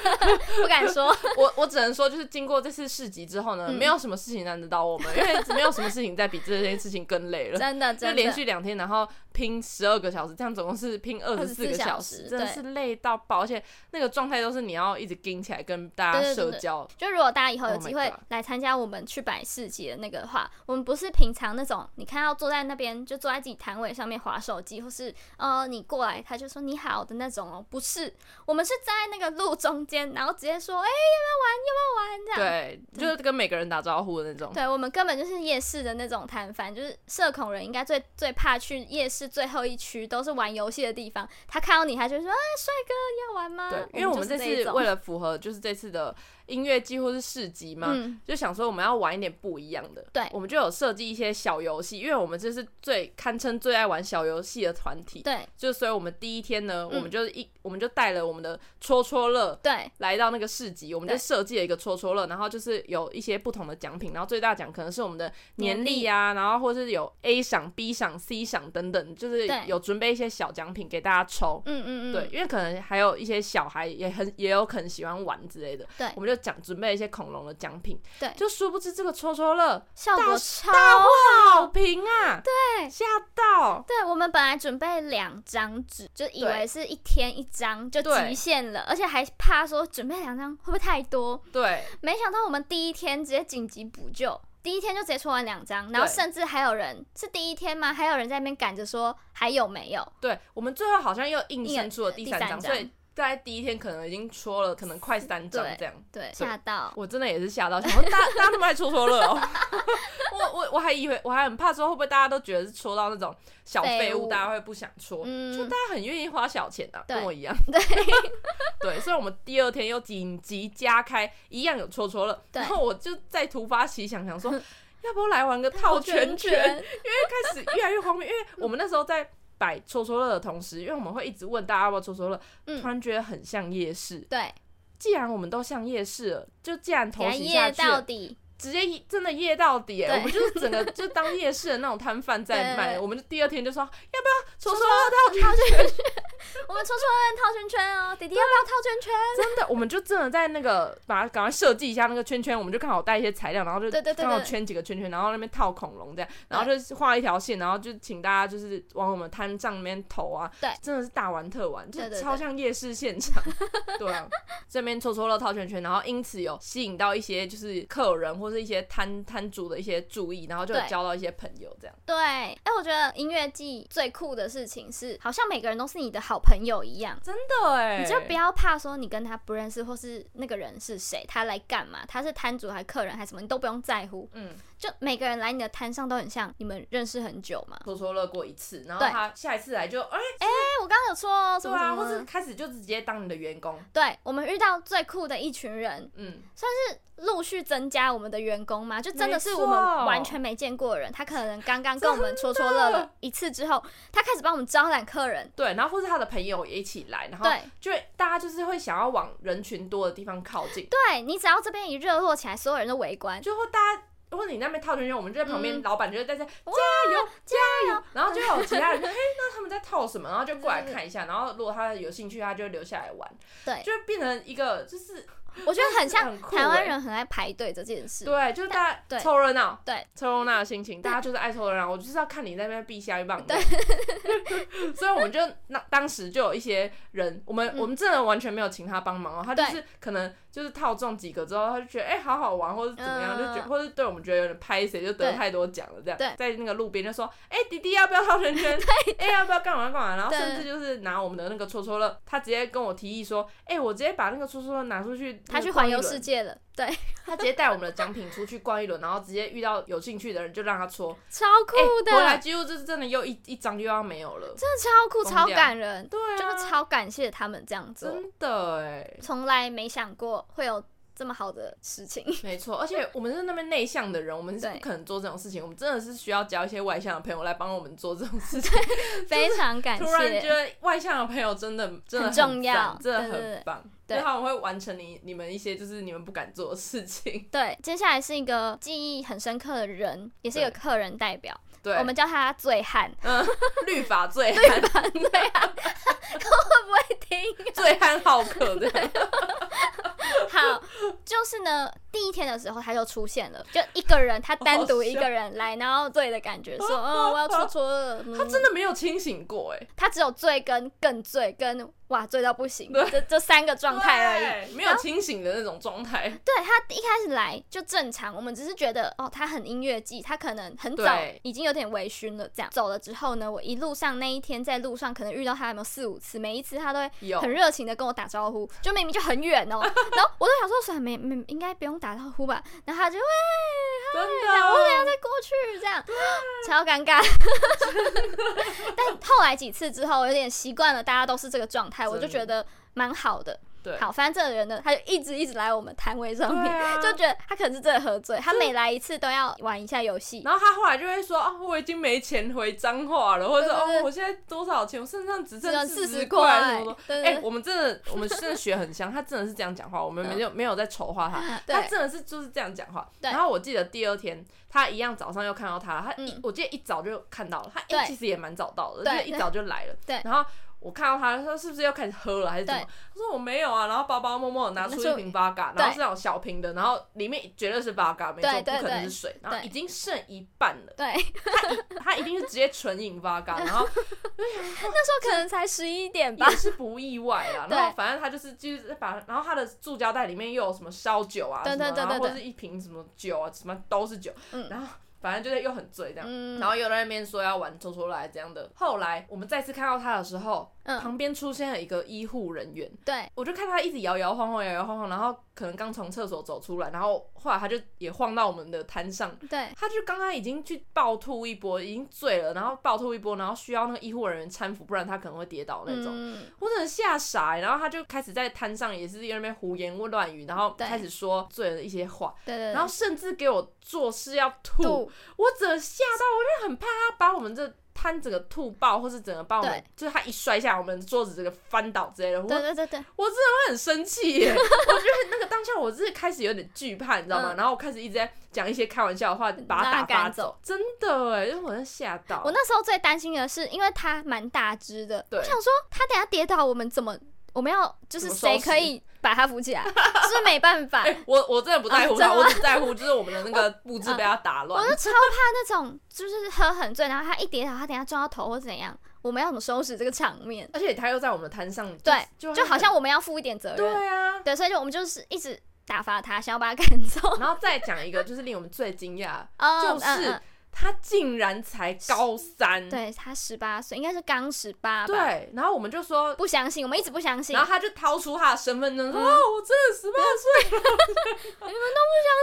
Speaker 1: 不敢说，
Speaker 2: 我我只能说，就是经过这次市集之后呢，
Speaker 1: 嗯
Speaker 2: 没有什么事情难得到我们，因为没有什么事情再比这件事情更累了。
Speaker 1: 真的
Speaker 2: 就
Speaker 1: 真
Speaker 2: 连
Speaker 1: 的。
Speaker 2: 续两天，然后拼十二个小时，这样总共是拼二十四
Speaker 1: 24
Speaker 2: 个
Speaker 1: 小时
Speaker 2: 时，真的是累到爆，而且那个状态都是你要一直盯起来跟大
Speaker 1: 对
Speaker 2: 家
Speaker 1: 对对
Speaker 2: 社
Speaker 1: 对
Speaker 2: 交，
Speaker 1: 就如果大家以后有
Speaker 2: Oh my
Speaker 1: 机会
Speaker 2: God
Speaker 1: 来参加我们去摆市集的那个的话，我们不是平常那种你看到坐在那边就坐在自己摊位上面划手机，或是呃你过来他就说你好的那种哦，不是，我们是在那个路中间，然后直接说哎、要不要玩要不要玩这样，
Speaker 2: 对，就是跟每个人打招呼的那种。
Speaker 1: 对，我们根本就是夜市的那种摊贩，就是社恐人应该最最怕去夜市最后一区，都是玩游戏的地方。他看到你，他就说：“啊，帅哥，要玩吗？”嗯
Speaker 2: 对，因为我们
Speaker 1: 啊就
Speaker 2: 这
Speaker 1: 是一
Speaker 2: 次
Speaker 1: 种
Speaker 2: 为了符合就是这次的音乐季或是市集嘛，
Speaker 1: 嗯，
Speaker 2: 就想说我们要玩一点不一样的。
Speaker 1: 对
Speaker 2: 我们就有设计一些小游戏，因为我们这是最堪称最爱玩小游戏的团体。
Speaker 1: 对
Speaker 2: 就所以我们第一天呢，
Speaker 1: 嗯
Speaker 2: 我们就是一我们就带了我们的戳戳乐。
Speaker 1: 对
Speaker 2: 来到那个市集，我们就
Speaker 1: 对
Speaker 2: 设计了一个戳戳乐，然后就是有一些不同的奖品，然后最大奖可能是我们的年历啊，然后或是有 A 赏、B 赏、C 赏等等，就是
Speaker 1: 对
Speaker 2: 有准备一些小奖品给大家抽。
Speaker 1: 嗯嗯嗯，
Speaker 2: 对，因为可能还有一些小孩也很也有可能喜欢玩之类的，
Speaker 1: 对
Speaker 2: 我们就讲准备一些恐龙的奖品，
Speaker 1: 对
Speaker 2: 就殊不知这个戳戳乐
Speaker 1: 效果
Speaker 2: 大
Speaker 1: 超
Speaker 2: 好评啊，对，吓到，
Speaker 1: 对，我们本来准备两张纸，就以
Speaker 2: 对
Speaker 1: 为是一天一张就
Speaker 2: 对
Speaker 1: 极限了，而且还怕说准备两张会不会太多，
Speaker 2: 对，
Speaker 1: 没想到我们第一天直接紧急补救，第一天就直接抽完两张，然后
Speaker 2: 对
Speaker 1: 甚至还有人是第一天吗？还有人在那边赶着说还有没有？
Speaker 2: 对，我们最后好像又硬生出了第三
Speaker 1: 硬
Speaker 2: 张，
Speaker 1: 第三张
Speaker 2: 所以在第一天可能已经戳了可能快三张
Speaker 1: 对
Speaker 2: 这样。
Speaker 1: 对，吓到。
Speaker 2: 我真的也是吓到，想说大大家都爱戳戳乐 哦。我我我还以为我还很怕说会不会大家都觉得是戳到那种小废
Speaker 1: 废
Speaker 2: 物，
Speaker 1: 物
Speaker 2: 大家会不想戳。就
Speaker 1: 嗯
Speaker 2: 大，家很愿意花小钱啊，
Speaker 1: 对
Speaker 2: 跟我一样。
Speaker 1: 对
Speaker 2: 对，所以我们第二天又紧急加开，一样有戳戳乐。
Speaker 1: 对
Speaker 2: 然后我就再突发奇想，想 说要不要来玩个套圈圈？
Speaker 1: 圈，
Speaker 2: 开始越来越荒谬，因为我们那时候在摆戳戳乐的同时，因为我们会一直问大家要不要戳戳乐，
Speaker 1: 嗯
Speaker 2: 突然觉得很像夜市。
Speaker 1: 对，
Speaker 2: 既然我们都像夜市了，就既然
Speaker 1: 给
Speaker 2: 头
Speaker 1: 他
Speaker 2: 洗下
Speaker 1: 哎夜
Speaker 2: 去
Speaker 1: 到
Speaker 2: 了，
Speaker 1: 底，
Speaker 2: 直接一真的夜到底耶、
Speaker 1: 对
Speaker 2: 我们就是整个就当夜市的那种摊贩
Speaker 1: 对
Speaker 2: 在
Speaker 1: 对
Speaker 2: 卖。
Speaker 1: 对
Speaker 2: 我们就第二天就说要不要戳
Speaker 1: 戳
Speaker 2: 戳乐套圈？
Speaker 1: 我们戳戳乐套圈圈 哦，弟弟要不要套圈圈？
Speaker 2: 真的，我们就真的在那个把它赶快设计一下那个圈圈，我们就刚好带一些材料，然后就
Speaker 1: 对对对对
Speaker 2: 刚好圈几个圈圈，然后那边套恐龙这样，然后就画一条线，然后就请大家就是往我们摊上面投啊，
Speaker 1: 对
Speaker 2: 真的是大玩特玩，就
Speaker 1: 对对对
Speaker 2: 超像夜市现场，对啊，这边搓搓乐套圈圈，然后因此有吸引到一些就是客人或是一些摊摊主的一些注意，然后就有
Speaker 1: 对
Speaker 2: 交到一些朋友这样，
Speaker 1: 对，哎、我觉得音乐季最酷的事情是，好像每个人都是你的好朋友一样。
Speaker 2: 真的哎
Speaker 1: 你就不要怕说你跟他不认识，或是那个人是谁，他来干嘛，他是摊主还是客人还是什么，你都不用在乎。
Speaker 2: 嗯。
Speaker 1: 就每个人来你的摊上都很像你们认识很久嘛。
Speaker 2: 搓搓乐过一次，然后
Speaker 1: 对
Speaker 2: 他下一次来就哎、
Speaker 1: 哎、我刚刚有说哦，什
Speaker 2: 对
Speaker 1: 么什
Speaker 2: 啊，
Speaker 1: 么
Speaker 2: 或
Speaker 1: 的
Speaker 2: 是开始就直接当你的员工，
Speaker 1: 对我们遇到最酷的一群人，
Speaker 2: 嗯，
Speaker 1: 陆续增加我们的员工嘛，就真的是
Speaker 2: 没
Speaker 1: 我
Speaker 2: 错
Speaker 1: 们完全没见过的人，他可能刚刚跟我们戳戳乐了一次之后，他开始帮我们招揽客人，
Speaker 2: 对，然后或是他的朋友也一起来，然后
Speaker 1: 对
Speaker 2: 就大家就是会想要往人群多的地方靠近，
Speaker 1: 对你只要这边一热络起来，所有人都围观，
Speaker 2: 就会大家。如果你那边套圈圈，我们就在旁边，
Speaker 1: 嗯
Speaker 2: 老板就会在这加油加油，然后就有其他人就嘿，那他们在套什么，然后就过来看一下，然后如果他有兴趣，他就留下来玩，
Speaker 1: 对
Speaker 2: 就会变成一个就是
Speaker 1: 我觉得很像
Speaker 2: 很酷
Speaker 1: 台湾
Speaker 2: 欸
Speaker 1: 人很爱排队这件事。
Speaker 2: 对，就是大家
Speaker 1: 对
Speaker 2: 凑热闹，
Speaker 1: 对，
Speaker 2: 凑热闹的心情，大家就是爱凑热闹。我就是要看你在那边避下一棒，对， 所以我们就那当时就有一些人，我们、
Speaker 1: 嗯
Speaker 2: 我们真的完全没有请他帮忙哦，他就
Speaker 1: 对
Speaker 2: 是可能就是套中几个之后，他就觉得哎、好好玩，或者怎么样，
Speaker 1: 嗯
Speaker 2: 就觉得或者对我们觉得有点拍谁就得
Speaker 1: 对
Speaker 2: 太多奖了这样，
Speaker 1: 对
Speaker 2: 在那个路边就说哎、弟弟要不要套圈圈，哎、要不要干嘛干嘛，然后
Speaker 1: 对
Speaker 2: 甚至就是拿我们的那个戳戳乐，他直接跟我提议说哎、我直接把那个戳戳乐拿出去，
Speaker 1: 他去
Speaker 2: 那个逛
Speaker 1: 环
Speaker 2: 一
Speaker 1: 游
Speaker 2: 轮
Speaker 1: 世界了，对，
Speaker 2: 他直接带我们的奖品出去逛一轮，然后直接遇到有兴趣的人就让他戳。
Speaker 1: 超酷
Speaker 2: 欸
Speaker 1: 的，
Speaker 2: 回来几乎就是真的又一一张又要没有了。
Speaker 1: 真的超酷，
Speaker 2: 疯
Speaker 1: 超
Speaker 2: 掉
Speaker 1: 感人，
Speaker 2: 对啊，
Speaker 1: 就是超感谢他们这样做，
Speaker 2: 真的哎，
Speaker 1: 从来没想过会有这么好的事 情。
Speaker 2: 没错。而且我们是那边内向的人，我们是
Speaker 1: 对
Speaker 2: 不可能做这种事情，我们真的是需要交一些外向的朋友来帮我们做这种 事情。
Speaker 1: 非常感
Speaker 2: 突然觉
Speaker 1: 谢。
Speaker 2: 得外向的朋友真的真的
Speaker 1: 很重
Speaker 2: 赞
Speaker 1: 要
Speaker 2: 真的
Speaker 1: 对对
Speaker 2: 很
Speaker 1: 对
Speaker 2: 棒，
Speaker 1: 对
Speaker 2: 因为他们会完成你你们一些就是你们不敢做的事情。
Speaker 1: 对，接下来是一个记忆很深刻的人，也是一个客人代表。
Speaker 2: 对
Speaker 1: 我们叫他醉汉，
Speaker 2: 嗯，律法醉
Speaker 1: 对
Speaker 2: 汉，
Speaker 1: 吧？对啊，会不会听？
Speaker 2: 醉汉好客的，
Speaker 1: 好，就是呢，第一天的时候他就出现了，就一个人，他单独一个人来，然后醉的感 觉，说，嗯，我要出错了，嗯
Speaker 2: 他真的没有清醒过哎，
Speaker 1: 他只有醉跟更醉跟哇醉到不行，
Speaker 2: 对
Speaker 1: 这这三个状态而已。
Speaker 2: 已，没有清醒的那种状态。
Speaker 1: 对他一开始来就正常，我们只是觉得哦，他很音乐季，他可能很早
Speaker 2: 对
Speaker 1: 已经有点微醺了。这样走了之后呢，我一路上那一天在路上可能遇到他有没有四五次，每一次他都
Speaker 2: 有
Speaker 1: 会很热情的跟我打招呼，就明明就很远 哦，然后我都想说算了，没没应该不用打招呼吧，然后他就喂，啊
Speaker 2: 真
Speaker 1: 我等一下
Speaker 2: 的，
Speaker 1: 再过去这样，
Speaker 2: 啊
Speaker 1: 超尴尬。 但后来几次之后，我有点习惯了，大家都是这个状态，我就
Speaker 2: 真的
Speaker 1: 觉得蛮好的。
Speaker 2: 对，
Speaker 1: 好，反正这个人呢，他就一直一直来我们摊位上面，
Speaker 2: 对啊
Speaker 1: 就觉得他可能是真的喝醉，他每来一次都要玩一下游戏。
Speaker 2: 然后他后来就会说啊，我已经没钱回脏话了，或者
Speaker 1: 对
Speaker 2: 说
Speaker 1: 对对
Speaker 2: 哦，我现在多少钱？我身上只
Speaker 1: 只有
Speaker 2: 剩
Speaker 1: 40
Speaker 2: 十
Speaker 1: 块
Speaker 2: 什么的。
Speaker 1: 对对
Speaker 2: 哎、
Speaker 1: 对
Speaker 2: 我们真的，我们真的学很像，他真的是这样讲话，我们没有、没有在丑化他，
Speaker 1: 嗯对
Speaker 2: 他真的是就是这样讲话。
Speaker 1: 对
Speaker 2: 然后我记得第二天，他一样早上又看到他了，他一、
Speaker 1: 嗯
Speaker 2: 我记得一早就看到了，他
Speaker 1: 对
Speaker 2: 一其实也蛮早到的，
Speaker 1: 对
Speaker 2: 就是一早就来了。
Speaker 1: 对
Speaker 2: 然后。我看到他，他说是不是又开始喝了还是怎么
Speaker 1: 对？
Speaker 2: 他说我没有啊，然后包包默默地拿出
Speaker 1: 拿
Speaker 2: 一
Speaker 1: 出
Speaker 2: 瓶八嘎，
Speaker 1: 对
Speaker 2: 然后是那种小瓶的，然后里面绝对是八嘎，没错，
Speaker 1: 对
Speaker 2: 不
Speaker 1: 对
Speaker 2: 可能
Speaker 1: 对
Speaker 2: 是水，然后
Speaker 1: 对
Speaker 2: 已经剩一半了。
Speaker 1: 对，
Speaker 2: 他一定是直接纯饮 vodka，然后
Speaker 1: 那时候可能才十一点吧
Speaker 2: 也。是不意外啦。
Speaker 1: 对
Speaker 2: 然后反正他就是就是把，然后他的塑胶袋里面又有什么烧酒啊，
Speaker 1: 对
Speaker 2: 什么，
Speaker 1: 对对
Speaker 2: 然后
Speaker 1: 对
Speaker 2: 或
Speaker 1: 对
Speaker 2: 是一瓶什么酒啊，什么都是酒
Speaker 1: 嗯，
Speaker 2: 然后反正就是又很醉这样。
Speaker 1: 嗯
Speaker 2: 然，后又在那边说要玩抽抽来这样的。后来我们再次看到他的时候，
Speaker 1: 嗯
Speaker 2: 旁边出现了一个医护人员，
Speaker 1: 对
Speaker 2: 我就看他一直摇摇晃晃，摇摇晃晃，然后可能刚从厕所走出来，然后后来他就也晃到我们的摊上，
Speaker 1: 对
Speaker 2: 他就刚刚已经去暴吐一波，已经醉了，然后暴吐一波，然后需要那个医护人员搀扶，不然他可能会跌倒那种。
Speaker 1: 嗯，
Speaker 2: 我真的吓傻、欸，然后他就开始在摊上也是在那边胡言乱语，然后
Speaker 1: 对
Speaker 2: 开始说醉了的一些话，
Speaker 1: 对对。
Speaker 2: 然后甚至给我做事要吐，
Speaker 1: 度
Speaker 2: 我整个吓到，我就很怕他把我们这摊整个吐爆，或是整个把我们就是他一摔下来，我们桌子这个翻倒之类的，我
Speaker 1: 对对对对，
Speaker 2: 我真的会很生气耶！ 我觉得那个当下我是开始有点惧怕，你知道吗？
Speaker 1: 嗯
Speaker 2: 然后我开始一直在讲一些开玩笑的话，把
Speaker 1: 让
Speaker 2: 他
Speaker 1: 他
Speaker 2: 打
Speaker 1: 赶
Speaker 2: 发
Speaker 1: 走。
Speaker 2: 真的哎，因为我在吓到
Speaker 1: 我。那时候最担心的是，因为他蛮大只的，
Speaker 2: 对
Speaker 1: 我想说他等下跌倒，我们怎么我们要就是
Speaker 2: 怎么
Speaker 1: 谁
Speaker 2: 收拾
Speaker 1: 可以把他扶起 来？是没办法，
Speaker 2: 哎、我我真的不在乎
Speaker 1: 啊
Speaker 2: 他，
Speaker 1: 真的吗啊
Speaker 2: 我只在乎就是我们的那个布置被他打
Speaker 1: 我
Speaker 2: 乱。
Speaker 1: 就超怕那种就是喝很醉，然后他一跌倒，他等下撞到头或怎样，我们要怎么收拾这个场面？
Speaker 2: 而且他又在我们的摊上，就
Speaker 1: 对，
Speaker 2: 就
Speaker 1: 就
Speaker 2: 就
Speaker 1: 好像我们要负一点责
Speaker 2: 对
Speaker 1: 任，
Speaker 2: 啊。
Speaker 1: 对，所以就我们就是一直打发他，想要把他赶走。
Speaker 2: 然后再讲一个，就是令我们最惊讶，
Speaker 1: 哦，
Speaker 2: 就是
Speaker 1: 嗯
Speaker 2: 他竟然才高三
Speaker 1: 嗯、，对他十八岁，应该是刚十八吧？
Speaker 2: 对。然后我们就说，
Speaker 1: 不相信，我们一直不相信，
Speaker 2: 然后他就掏出他的身份证说：“哦，我真的十八岁，
Speaker 1: 你们都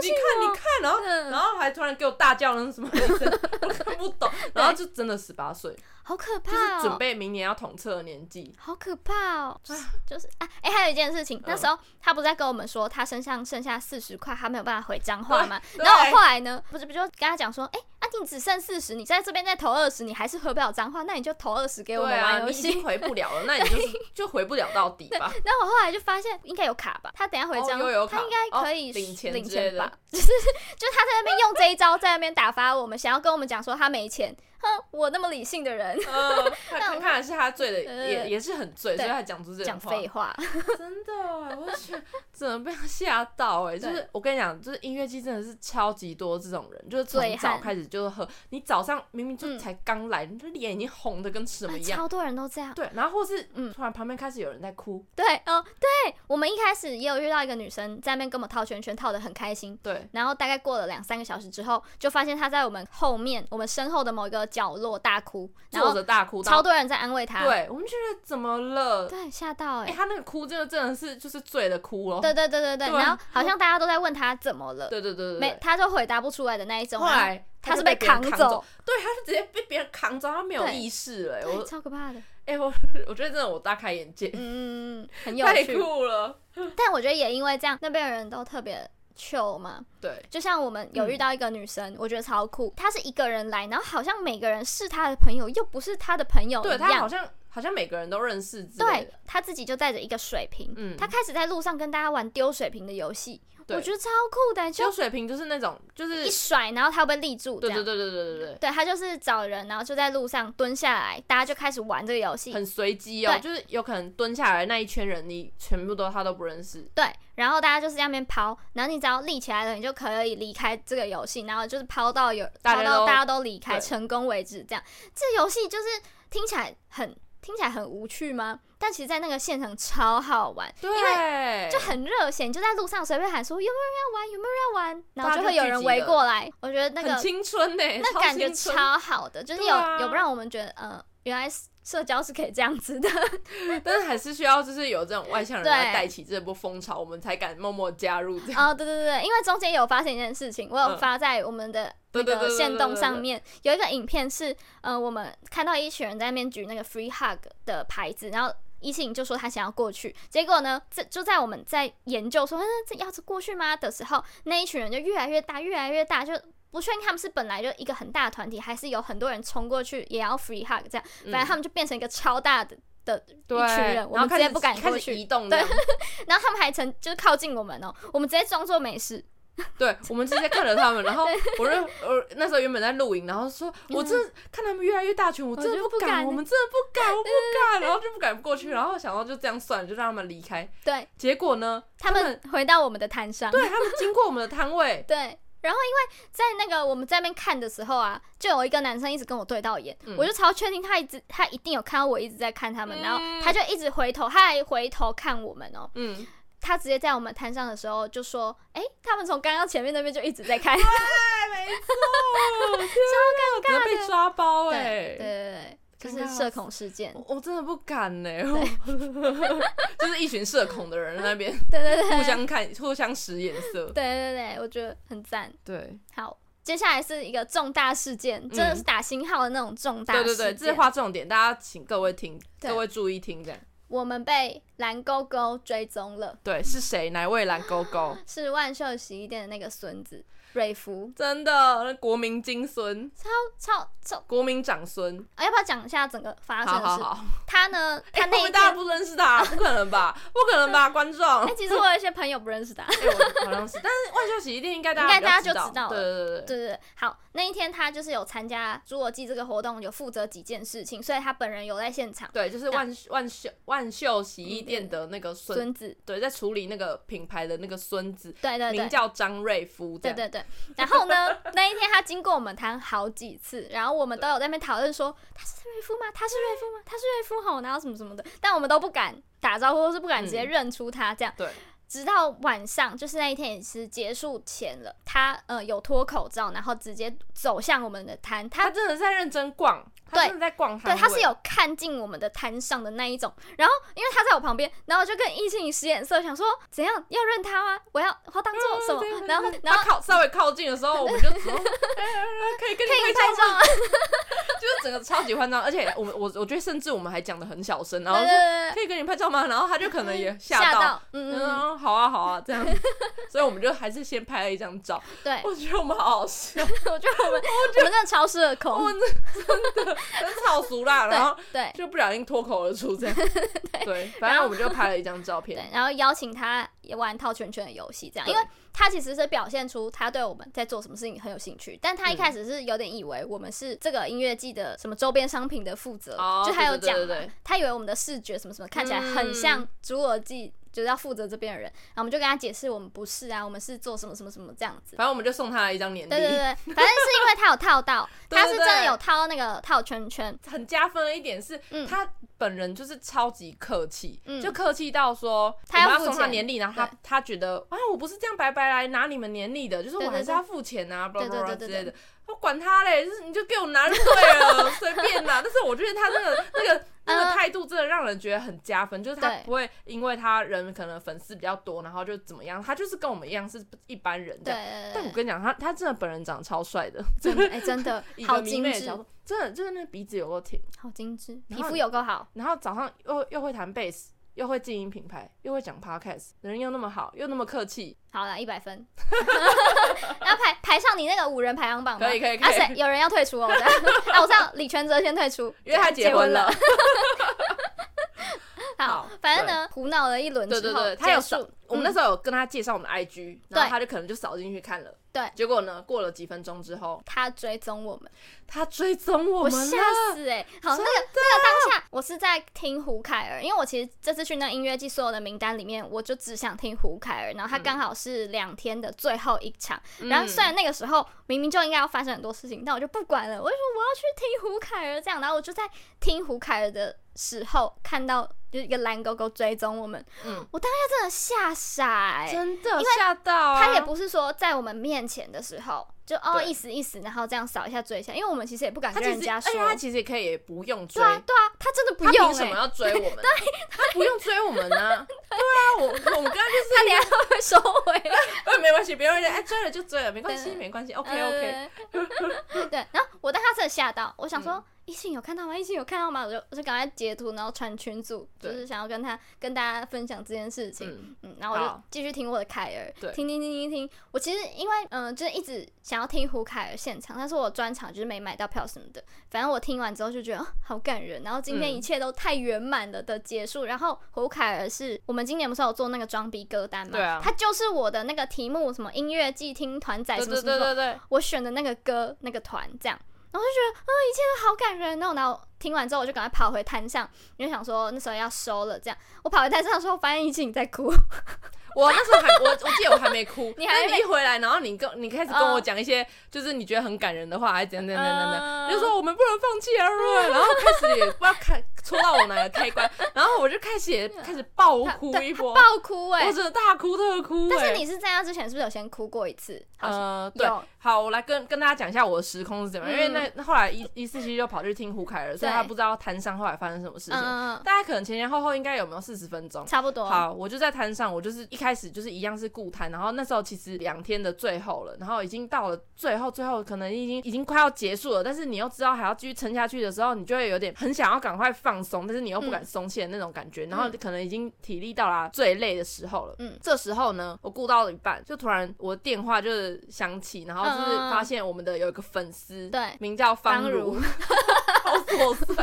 Speaker 2: 你看，你看。”然后
Speaker 1: 不相信我，
Speaker 2: 然
Speaker 1: 嗯，
Speaker 2: 后还突然给我大叫了什么一声，我看不懂。然后就真的十八岁，
Speaker 1: 好可
Speaker 2: 就
Speaker 1: 怕
Speaker 2: 是准
Speaker 1: 哦。
Speaker 2: 备明年要统测的年纪。
Speaker 1: 好可怕哦！就是就是啊，哎、还有一件事情，那
Speaker 2: 嗯
Speaker 1: 时候他不是在跟我们说他身上剩下四十块，他没有办法回彰化吗？
Speaker 2: 对对
Speaker 1: 然后我后来呢，不是不就跟他讲说，哎、啊你只剩四十，你在这边再投二十，你还是回不了彰化，那你就投二十给我
Speaker 2: 对
Speaker 1: 们玩
Speaker 2: 啊，
Speaker 1: 游
Speaker 2: 你已
Speaker 1: 戏。
Speaker 2: 经回不了了，那你就是就回不了到底吧。
Speaker 1: 然后我后来就发现应该有卡吧，他等一下回
Speaker 2: 哦
Speaker 1: 彰，
Speaker 2: 有有卡
Speaker 1: 他应该可以、
Speaker 2: 哦领钱
Speaker 1: 领
Speaker 2: 之类
Speaker 1: 钱
Speaker 2: 的
Speaker 1: 吧？ 就是就是他在那边用这一招在那边打发我们，想要跟我们讲说他没钱，哼，我那么理性的人
Speaker 2: 嗯，看看看来是他醉的，
Speaker 1: 呃
Speaker 2: 也也是很醉，
Speaker 1: 对
Speaker 2: 所以他讲出这种
Speaker 1: 讲
Speaker 2: 话。
Speaker 1: 废话，
Speaker 2: 真的哎，我去，怎么被他吓到哎？
Speaker 1: 对
Speaker 2: 就是我跟你讲，就是音乐季真的是超级多这种人，就是
Speaker 1: 醉
Speaker 2: 从
Speaker 1: 汉
Speaker 2: 早开始就是喝，你早上明明就
Speaker 1: 嗯啊
Speaker 2: 才刚来，你这脸已经红的跟什 么一样。
Speaker 1: 超多人都这样。
Speaker 2: 对，然后或是
Speaker 1: 嗯
Speaker 2: 突然旁边开始有人在哭，
Speaker 1: 对，哦，对，我们一开始也有遇到一个女生在那边跟我们套圈圈，套的很开心。
Speaker 2: 对，
Speaker 1: 然后大概过了两三个小时之后，就发现她在我们后面，我们身后的某一个角落大哭，然
Speaker 2: 坐
Speaker 1: 后
Speaker 2: 着大哭，
Speaker 1: 超多人在安慰她。
Speaker 2: 对，我们觉得怎么了？
Speaker 1: 对，吓到哎、
Speaker 2: 哎、他那个哭真的真的是就是醉的哭哦。
Speaker 1: 对对对对对，
Speaker 2: 对啊
Speaker 1: 然后好像大家都在问她怎么了，
Speaker 2: 对对对对
Speaker 1: 没
Speaker 2: 对，
Speaker 1: 他就回答不出来的那一种。啊
Speaker 2: 后
Speaker 1: 然
Speaker 2: 来
Speaker 1: 他是
Speaker 2: 就
Speaker 1: 被
Speaker 2: 别人
Speaker 1: 扛
Speaker 2: 扛
Speaker 1: 走
Speaker 2: 对，他是直接被别人扛走，他没有
Speaker 1: 对
Speaker 2: 意识哎、
Speaker 1: 后对
Speaker 2: 我
Speaker 1: 超可怕的，
Speaker 2: 哎、我我觉得真的我大开眼界，
Speaker 1: 嗯嗯嗯，很有
Speaker 2: 太
Speaker 1: 趣。
Speaker 2: 酷了。
Speaker 1: 但我觉得也因为这样，那边的人都特别 chill 嘛。
Speaker 2: 对，嗯
Speaker 1: 就像我们有遇到一个女生，我觉得超酷，她是一个人来，然后好像每个人是她的朋友，又不是她的朋友
Speaker 2: 对
Speaker 1: 哦一
Speaker 2: 他好
Speaker 1: 样。
Speaker 2: 像好像每个人都认识之类
Speaker 1: 对
Speaker 2: 的。，
Speaker 1: 她自己就带着一个水瓶，
Speaker 2: 嗯
Speaker 1: 她开始在路上跟大家玩丢水瓶的游戏。我觉得超酷的，就
Speaker 2: 就水瓶就是那种就是
Speaker 1: 一甩，然后他会被立住，
Speaker 2: 对
Speaker 1: 这
Speaker 2: 对
Speaker 1: 样。
Speaker 2: 对对对对
Speaker 1: 对他就是找人，然后就在路上蹲下来，大家就开始玩这个游戏
Speaker 2: 对，。很随机哦，
Speaker 1: 对
Speaker 2: 就是有可能蹲下来那一圈人，你全部都他都不认识，
Speaker 1: 对，然后大家就是在那边抛，然后你只要立起来了，你就可以离开这个游戏，然后就是抛到有
Speaker 2: 大
Speaker 1: 抛
Speaker 2: 家
Speaker 1: 到
Speaker 2: 都
Speaker 1: 大家都离开
Speaker 2: 对
Speaker 1: 成功为止。这样，这游戏就是听起来很听起来很无趣吗？但其实，在那个现场超好玩，
Speaker 2: 对，
Speaker 1: 就很热血，你就在路上随便喊说有没有人要玩，有没有人要玩，然后就
Speaker 2: 大家就
Speaker 1: 会有人
Speaker 2: 聚集
Speaker 1: 围
Speaker 2: 了
Speaker 1: 过来。我觉得那
Speaker 2: 很
Speaker 1: 个
Speaker 2: 青春呢，
Speaker 1: 那
Speaker 2: 超
Speaker 1: 感觉
Speaker 2: 青春
Speaker 1: 超好的，就是
Speaker 2: 对
Speaker 1: 有、
Speaker 2: 啊
Speaker 1: 有不让我们觉得，呃，原来社交是可以这样子的。
Speaker 2: 但是还是需要就是有这种外向人
Speaker 1: 对
Speaker 2: 来带起这波风潮，我们才敢默默加入这 样。
Speaker 1: 哦，对对对，因为中间有发现一件事情，我有
Speaker 2: 嗯
Speaker 1: 发在我们的那
Speaker 2: 对对
Speaker 1: 个
Speaker 2: 对对
Speaker 1: 线
Speaker 2: 对
Speaker 1: 动
Speaker 2: 对
Speaker 1: 上
Speaker 2: 对
Speaker 1: 面，有一个影片是，呃，我们看到一群人在那边举那个 free hug 的牌子，然后。一信就说他想要过去，结果呢，这就在我们在研究说，嗯，这要是过去吗的时候，那一群人就越来越大，越来越大，就不确定他们是本来就一个很大的团体，还是有很多人冲过去也要 free hug 这样，
Speaker 2: 嗯
Speaker 1: 反正他们就变成一个超大的的
Speaker 2: 对，
Speaker 1: 哦一群人我们
Speaker 2: 然后开
Speaker 1: 直接
Speaker 2: 始
Speaker 1: 不敢过
Speaker 2: 开
Speaker 1: 去
Speaker 2: 始移动
Speaker 1: 对
Speaker 2: 嗯这样，
Speaker 1: 然后他们还曾就是靠近我们哦、我们直接装作没事，
Speaker 2: 对，我们直接看着他们，然 后我就我那时候原本在露营，然后说我真的看他们越来越大群，我
Speaker 1: 嗯
Speaker 2: 真
Speaker 1: 我
Speaker 2: 的
Speaker 1: 就
Speaker 2: 不
Speaker 1: 不敢
Speaker 2: 敢，我们真的不敢，我不敢，然后就不敢过去，然后想到就这样算了，就让他们离开。
Speaker 1: 对
Speaker 2: 结果呢，
Speaker 1: 他们回到我们的摊上，，
Speaker 2: 对他们 经过我们的摊位
Speaker 1: 对。然后因为在那个我们在那边看的时候啊，就有一个男生一直跟我对到眼，
Speaker 2: 嗯
Speaker 1: 我就超确定他一直他一定有看到我一直在看他们，
Speaker 2: 嗯
Speaker 1: 然后他就一直回头，他还回头看我们哦。
Speaker 2: 嗯，
Speaker 1: 他直接在我们摊上的时候就说：“哎、他们从刚刚前面那边就一直在看。
Speaker 2: 哎，没错，天哪，直接被抓包
Speaker 1: 对”
Speaker 2: 哎
Speaker 1: 对对，对对，就
Speaker 2: 尴尬
Speaker 1: 是
Speaker 2: 死
Speaker 1: 社恐事件。
Speaker 2: 我我真的不敢呢、 就是一群社恐的人在那边
Speaker 1: 对对对，
Speaker 2: 互相看、互相使眼色
Speaker 1: 对。对对，对我觉得很赞。
Speaker 2: 对，
Speaker 1: 好，接下来是一个重大事件，真的是打星号的那种重大
Speaker 2: 嗯对
Speaker 1: 事
Speaker 2: 对
Speaker 1: 件。
Speaker 2: 对，这是划重点，大家请各位听，
Speaker 1: 对
Speaker 2: 各位注意听，这样。
Speaker 1: 我们被蓝勾勾追踪了，
Speaker 2: 对，是谁？哪位蓝勾勾？
Speaker 1: 是万秀洗衣店的那个孙子瑞夫，
Speaker 2: 真的，国民金孙，
Speaker 1: 超超、
Speaker 2: 国民长孙。
Speaker 1: 啊要不要讲一下整个发生
Speaker 2: 好
Speaker 1: 啊的事？
Speaker 2: 好好，
Speaker 1: 他呢，他
Speaker 2: 哎
Speaker 1: 那
Speaker 2: 会
Speaker 1: 一
Speaker 2: 不会大家
Speaker 1: 天，啊
Speaker 2: 不认识他，不可 能吧？不可能吧，观众。
Speaker 1: 哎、
Speaker 2: 哎，
Speaker 1: 其实我有一些朋友不认识他，
Speaker 2: 我好像是，但是万秀喜一定应该大
Speaker 1: 应该
Speaker 2: 家
Speaker 1: 大家
Speaker 2: 比较
Speaker 1: 就知道了
Speaker 2: 对对对对
Speaker 1: 对对对，好，那一天他就是有参加侏罗纪这个活动，有负责几件事情，所以他本人有在现场。
Speaker 2: 对，就是万万秀万秀洗衣店的那个孙
Speaker 1: 孙子，
Speaker 2: 对，在处理那个品牌的那个孙子，
Speaker 1: 对对
Speaker 2: 名
Speaker 1: 对。
Speaker 2: 叫张瑞夫，
Speaker 1: 对
Speaker 2: 这样
Speaker 1: 对对，然后呢？那一天他经过我们摊好几次，然后我们都有在那边讨论说他是瑞夫吗？他是瑞夫吗？他是瑞夫吼，然后什么什么的，但我们都不敢打招呼，或是不敢直接
Speaker 2: 嗯
Speaker 1: 认出他这样。
Speaker 2: 对
Speaker 1: 直到晚上，就是那一天也是结束前了，他呃有脱口罩，然后直接走向我们的摊，他
Speaker 2: 他真的在认真逛，他
Speaker 1: 对
Speaker 2: 真的在逛
Speaker 1: 对
Speaker 2: 摊位，
Speaker 1: 他是有看进我们的摊上的那一种，然后因为他在我旁边，然后就跟异性使眼色，想说怎样要认他吗？我要我要当
Speaker 2: 啊
Speaker 1: 做什么？然后然
Speaker 2: 他
Speaker 1: 后
Speaker 2: 靠稍微靠近的时候，我们就 说哎哎哎可以跟你
Speaker 1: 可以
Speaker 2: 拍
Speaker 1: 拍
Speaker 2: 照
Speaker 1: 照
Speaker 2: 吗？
Speaker 1: 吗？
Speaker 2: 就是整个超级欢张，而且我们我我觉得甚至我们还讲的很小声，然
Speaker 1: 对
Speaker 2: 后
Speaker 1: 对
Speaker 2: 说
Speaker 1: 对对，
Speaker 2: 可以跟你拍照吗？然后他就可能也
Speaker 1: 吓
Speaker 2: 到。
Speaker 1: 到，嗯嗯，嗯
Speaker 2: 嗯，好啊，好啊， 这样，所以我们就还是先拍了一张照。
Speaker 1: 对，
Speaker 2: 我觉得我们好 好笑，
Speaker 1: 我觉得我们我们真的超适合
Speaker 2: 我
Speaker 1: 恐，
Speaker 2: 们真的很草俗啦，然后
Speaker 1: 对
Speaker 2: 就不小心脱口而出 这样。对，反正我们就拍了一张照片。
Speaker 1: 对，然后邀请他也玩套圈圈的游戏，这样，因
Speaker 2: 对
Speaker 1: 为他其实是表现出他对我们在做什么事情很有兴趣，但他一开始是有点以为我们是这个音乐季的什么周边商品的负责，
Speaker 2: 哦
Speaker 1: 就他有讲嘛，
Speaker 2: 对对对对
Speaker 1: 他以为我们的视觉什么什么看起来很像侏罗纪，就是要负责这边的人，然后我们就跟他解释我们不是啊，我们是做什么什么什么这样 子。
Speaker 2: 反正我们就送他了一张年历，
Speaker 1: 对对对，反正是因为他有套到，
Speaker 2: 对对
Speaker 1: 他是真的
Speaker 2: 对
Speaker 1: 有套到那个套圈圈，
Speaker 2: 很加分的一点是
Speaker 1: 嗯，
Speaker 2: 他本人就是超级客气，
Speaker 1: 嗯
Speaker 2: 就客气到说
Speaker 1: 他要
Speaker 2: 我们
Speaker 1: 付
Speaker 2: 送他
Speaker 1: 钱
Speaker 2: 年历，然后他
Speaker 1: 对
Speaker 2: 他觉得啊，我不是这样白白来拿你们年历的，就是
Speaker 1: 对
Speaker 2: 我
Speaker 1: 对
Speaker 2: 还是
Speaker 1: 对
Speaker 2: 要付钱啊，巴
Speaker 1: 对
Speaker 2: 拉
Speaker 1: 对
Speaker 2: 巴拉
Speaker 1: 对
Speaker 2: 之
Speaker 1: 对
Speaker 2: 类
Speaker 1: 对
Speaker 2: 的。我管他嘞，就是你就给我拿就对了， 随便啦。但是我觉得他那个那 个那
Speaker 1: 嗯
Speaker 2: 个态度真的让人觉得很加分，就是他
Speaker 1: 对
Speaker 2: 不会因为他人可能粉丝比较多，然后就怎么样，他就是跟我们一样是一般人这
Speaker 1: 对
Speaker 2: 样。
Speaker 1: 对
Speaker 2: 但
Speaker 1: 对
Speaker 2: 我跟你讲，他他真的本人长得超帅的，
Speaker 1: 对，真的哎真的
Speaker 2: 以一
Speaker 1: 好
Speaker 2: 个迷
Speaker 1: 精
Speaker 2: 妹的
Speaker 1: 致
Speaker 2: 角，度，真的就是那鼻子有够挺。
Speaker 1: 好精致，
Speaker 2: 然
Speaker 1: 皮
Speaker 2: 后
Speaker 1: 肤
Speaker 2: 你
Speaker 1: 有够好，
Speaker 2: 然后早上又又会弹贝斯，又会经营品牌，又会讲 podcast，人又那么好，又那么客气，
Speaker 1: 好了，一百分， 要排排上你那个五人排行榜吗
Speaker 2: 可以可以
Speaker 1: 啊，
Speaker 2: 可以
Speaker 1: 谁有人要退出哦？我知 道啊，我知道李全哲先退出，
Speaker 2: 因为他结
Speaker 1: 婚
Speaker 2: 婚了。。
Speaker 1: 好
Speaker 2: 好，
Speaker 1: 反正呢，胡闹了一轮之
Speaker 2: 对
Speaker 1: 后，
Speaker 2: 对对，他有
Speaker 1: 结
Speaker 2: 少
Speaker 1: 束，嗯
Speaker 2: 我们那时候有跟他介绍我们的 IG，然后他就可能就扫进去看了。
Speaker 1: 对
Speaker 2: 结果呢，过了几分钟之后，
Speaker 1: 他追踪我们，
Speaker 2: 他追踪我
Speaker 1: 我
Speaker 2: 们
Speaker 1: 吓
Speaker 2: 了。
Speaker 1: 死哎、好，那个那个当下，我是在听胡凯尔，因为我其实这次去那音乐季所有的名单里面，我就只想听胡凯尔，然
Speaker 2: 嗯
Speaker 1: 后他刚好是两天的最后一场，然后虽然那个时候明明就应该要发生很多事情，但我就不管了，我就说我要去听胡凯尔这样，然后我就在听胡凯尔的时候看到。就是一个蓝狗狗追踪我们，
Speaker 2: 嗯
Speaker 1: 我当下真的吓傻哎、
Speaker 2: 真的吓到啊！
Speaker 1: 他也不是说在我们面前的时候就哦
Speaker 2: 对
Speaker 1: 意思意思，然后这样扫一下追一下，因为我们其实也不敢
Speaker 2: 他
Speaker 1: 跟
Speaker 2: 其
Speaker 1: 人
Speaker 2: 实，
Speaker 1: 家
Speaker 2: 而
Speaker 1: 说
Speaker 2: 且。他其实也可以也不用
Speaker 1: 对，
Speaker 2: 追
Speaker 1: 啊，对啊，他真的不
Speaker 2: 他
Speaker 1: 用、
Speaker 2: 凭
Speaker 1: 欸，
Speaker 2: 什么要追我们？他不用追我们呢？ 对啊，我我们刚刚就是
Speaker 1: 他连他会收回。
Speaker 2: 哎，没关系，不用人哎，追了就追了，没关系，
Speaker 1: 对呃
Speaker 2: 没关系，OK OK。
Speaker 1: 嗯对，然后我当他真的吓到，我想
Speaker 2: 嗯
Speaker 1: 说，一信有看到吗？一信有看到吗？我就我就赶快截图，然后传群组，就
Speaker 2: 对
Speaker 1: 是想要跟他跟大家分享这件事情。
Speaker 2: 嗯，
Speaker 1: 嗯，然后我就
Speaker 2: 好
Speaker 1: 继续听我的凯尔，
Speaker 2: 对
Speaker 1: 听听听听听。我其实因为嗯、呃就是一直想要听胡凯尔现场，但是我专场就是没买到票什么的。反正我听完之后就觉得、哦好感人，然后今天
Speaker 2: 嗯
Speaker 1: 一切都太圆满了的结束。然后胡凯尔是我们今年不是有做那个装逼歌单嘛？
Speaker 2: 对啊
Speaker 1: 他就是我的那个题目，什么音乐季听团仔
Speaker 2: 对
Speaker 1: 什么
Speaker 2: 对
Speaker 1: 什么
Speaker 2: 对
Speaker 1: 什么，
Speaker 2: 对对，
Speaker 1: 我选的那个歌那个团这样。然后就觉得，啊、一切都好感人。哦然后，然后听完之后，我就赶快跑回摊上，因为想说那时候要收了，这样。我跑回摊上的时候，发现一静在哭。
Speaker 2: 我那时候还我我记得我还没 哭，
Speaker 1: 你还
Speaker 2: 但是
Speaker 1: 没
Speaker 2: 你一回来，然后你跟你开始跟我讲一些就是你觉得很感人的话，还是怎样怎样怎样怎
Speaker 1: 嗯
Speaker 2: 样。就说我们不能放弃阿瑞，然后开始也不知道开戳到我哪个开关，然后我就开始
Speaker 1: 嗯
Speaker 2: 也开始爆哭一波，
Speaker 1: 爆哭哎、
Speaker 2: 我真的大哭特哭、欸。
Speaker 1: 但是你是在那之前是不是有先哭过一次？好像
Speaker 2: 呃，对
Speaker 1: 有，
Speaker 2: 好，我来跟跟大家讲一下我的时空是怎么样，因为
Speaker 1: 嗯
Speaker 2: 那那后来一一四七就跑去听胡凯尔，所以
Speaker 1: 对
Speaker 2: 他不知道摊上后来发生什么事情。
Speaker 1: 嗯嗯
Speaker 2: 大家可能前前后后应该有没有四十分钟
Speaker 1: 嗯，？差不多。
Speaker 2: 好，我就在摊上，我就是一开始就是一样是固摊，然后那时候其实两天的最后了，然后已经到了最后，最后可能已经已经快要结束了，但是你又知道还要继续撑下去的时候，你就会有点很想要赶快放松，但是你又不敢松懈的那种感觉，然后可能已经体力到了最累的时候了。
Speaker 1: 嗯
Speaker 2: 这时候呢，我顾到了一半，就突然我电话就是响起，然后就
Speaker 1: 嗯
Speaker 2: 是
Speaker 1: 嗯嗯
Speaker 2: 发现我们的有一个粉丝，
Speaker 1: 对
Speaker 2: 名叫方
Speaker 1: 方
Speaker 2: 如
Speaker 1: 如，
Speaker 2: 好琐碎，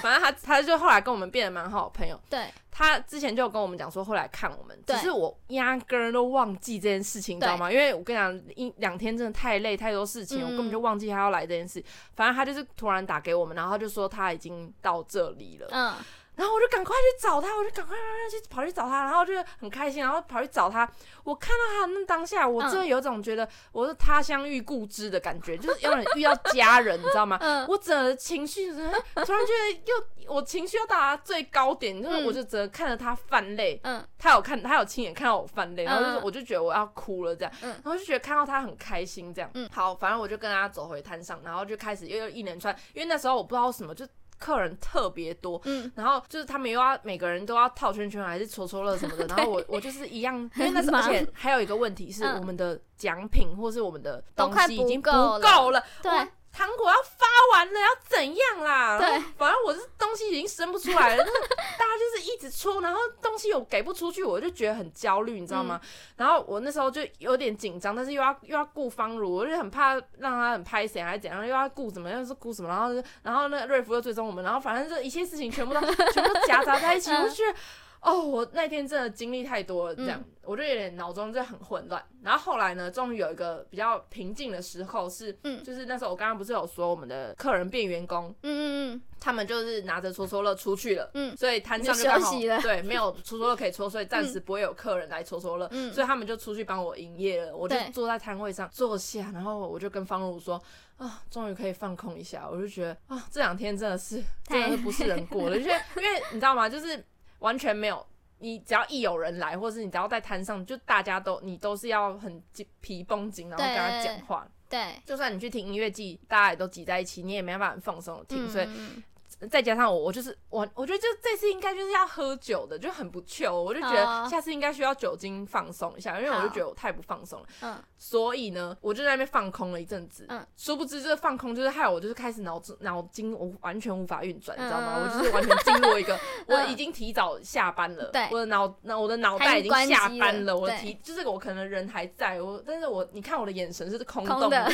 Speaker 2: 反正他他就后来跟我们变得蛮好的朋友。
Speaker 1: 对，
Speaker 2: 他之前就有跟我们讲说会来看我们，只
Speaker 1: 对
Speaker 2: 是我压根儿都忘记这件事情，你知道吗？因为我跟你讲，一两天真的太累，太多事情，
Speaker 1: 嗯
Speaker 2: 我根本就忘记他要来这件事。反正他就是突然打给我们，然后他就说他已经到这里了，
Speaker 1: 嗯，
Speaker 2: 然后我就赶快去找他，我就赶快去跑去找他，然后就很开心，然后跑去找他。我看到他的那当下，我真
Speaker 1: 嗯
Speaker 2: 的有种觉得我是他乡遇故知的感觉，就是有点遇到家人，你知道吗？
Speaker 1: 嗯
Speaker 2: 我整个情绪突然突然觉得又我 情绪又到达最高点，就是
Speaker 1: 嗯
Speaker 2: 我就只能看着他泛泪，
Speaker 1: 嗯
Speaker 2: 他有看他有亲眼看到我泛泪，然后就是
Speaker 1: 嗯
Speaker 2: 我就觉得我要哭了这样，
Speaker 1: 嗯
Speaker 2: 然后就觉得看到他很开心这样，
Speaker 1: 嗯
Speaker 2: 好，反正我就跟他走回摊上，然后就开始又又一连串，因为那时候我不知道为什么就客人特别多，
Speaker 1: 嗯，
Speaker 2: 然后就是他们又要每个人都要套圈圈还是戳戳乐什么的，然后我我就是一样，因为那时候
Speaker 1: 很忙
Speaker 2: 而且还有一个问题是
Speaker 1: 嗯
Speaker 2: 我们的奖品或是我们的
Speaker 1: 都
Speaker 2: 东
Speaker 1: 快
Speaker 2: 西已经
Speaker 1: 不
Speaker 2: 不
Speaker 1: 够了
Speaker 2: 够了，
Speaker 1: 对
Speaker 2: 哇糖果要发完了，要怎样啦？
Speaker 1: 对嗯
Speaker 2: 然后反正我是东西已经生不出来了，就是大家就是一直戳，然后东西有给不出去，我就觉得很焦虑，你知道
Speaker 1: 嗯
Speaker 2: 吗？然后我那时候就有点紧张，但是又要又要顾方如，我就很怕让他很拍谁还是怎样，又要顾什么，又是顾什么，然后就然后那个瑞福又追踪我们，然后反正这一切事情全部都 全部都夹杂在一起，
Speaker 1: 嗯
Speaker 2: 我就觉得。哦，我那天真的经历太多了，这样、
Speaker 1: 嗯
Speaker 2: 我就有点脑中就很混乱。然后后来呢，终于有一个比较平静的时候是，
Speaker 1: 嗯
Speaker 2: 就是那时候我刚刚不是有说我们的客人变员工，
Speaker 1: 嗯嗯
Speaker 2: 他们就是拿着戳戳乐出去了，
Speaker 1: 嗯
Speaker 2: 所以摊上就刚好
Speaker 1: 就休息了
Speaker 2: 对，没有戳戳乐可以戳，所以暂时不会有客人来戳戳乐，
Speaker 1: 嗯
Speaker 2: 所以他们就出去帮我营业了。我就
Speaker 1: 对
Speaker 2: 坐在摊位上坐下，然后我就跟方如说啊，终于可以放空一下。我就觉得啊，这两天真的是
Speaker 1: 太
Speaker 2: 真的是不是人 过了，因为因为你知道吗？就是完全没有。你只要一有人来，或是你只要在摊上，就大家都你都是要很紧皮绷紧，然后跟他
Speaker 1: 对
Speaker 2: 讲话。
Speaker 1: 嗯，对，
Speaker 2: 就算你去听音乐季，大家也都挤在一起，你也没办法很放松的听。
Speaker 1: 嗯
Speaker 2: 所以
Speaker 1: 嗯
Speaker 2: 再加上我，我就是我，我觉得就这次应该就是要喝酒的，就很不 chill，我就觉
Speaker 1: 哦
Speaker 2: 得下次应该需要酒精放松一下，因为我
Speaker 1: 好
Speaker 2: 就觉得我太不放松了，
Speaker 1: 嗯
Speaker 2: 所以呢，我就在那边放空了一阵子。
Speaker 1: 嗯
Speaker 2: 殊不知这个放空就是害我就是开始脑子脑筋我完全无法运转，
Speaker 1: 嗯
Speaker 2: 你知道吗？我就是完全进入一个 我已经提早下班了，
Speaker 1: 对
Speaker 2: 我的脑那我的脑
Speaker 1: 它
Speaker 2: 袋
Speaker 1: 已
Speaker 2: 已
Speaker 1: 经
Speaker 2: 经下
Speaker 1: 关机
Speaker 2: 班
Speaker 1: 了
Speaker 2: 了，我的
Speaker 1: 对
Speaker 2: 提就是我可能人还在我，但是我你看我的眼神是空
Speaker 1: 空
Speaker 2: 洞
Speaker 1: 的，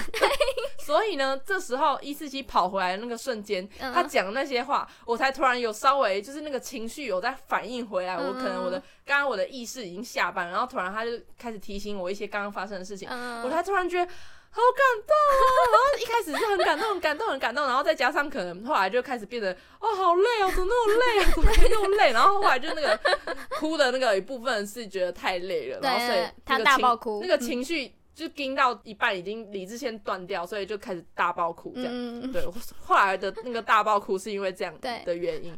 Speaker 2: 所以呢，这时候一四七跑回来的那个瞬间，
Speaker 1: 嗯
Speaker 2: 他讲那些话，我才突然有稍微就是那个情绪有在反应
Speaker 1: 嗯
Speaker 2: 回来。我可能我的刚刚我的意识已经下班，然后突然他就开始提醒我一些刚刚发生的事情，
Speaker 1: 嗯
Speaker 2: 我才突然觉得。好感动哦！然后一开始是很感动、很感动、很感动，然后再加上可能后来就开始变得哦，好累哦，怎么那么累啊，怎么会那么累？然后后来就那个哭的那个一部分是觉得太累了，然后
Speaker 1: 对
Speaker 2: 所以
Speaker 1: 对他
Speaker 2: 那个
Speaker 1: 大
Speaker 2: 情
Speaker 1: 爆哭
Speaker 2: 那个
Speaker 1: 嗯
Speaker 2: 情绪就盯到一半，已经理智线断掉，所以就开始大爆哭这样。
Speaker 1: 嗯，
Speaker 2: 对，后来的那个大爆哭是因为这样
Speaker 1: 对
Speaker 2: 的原因。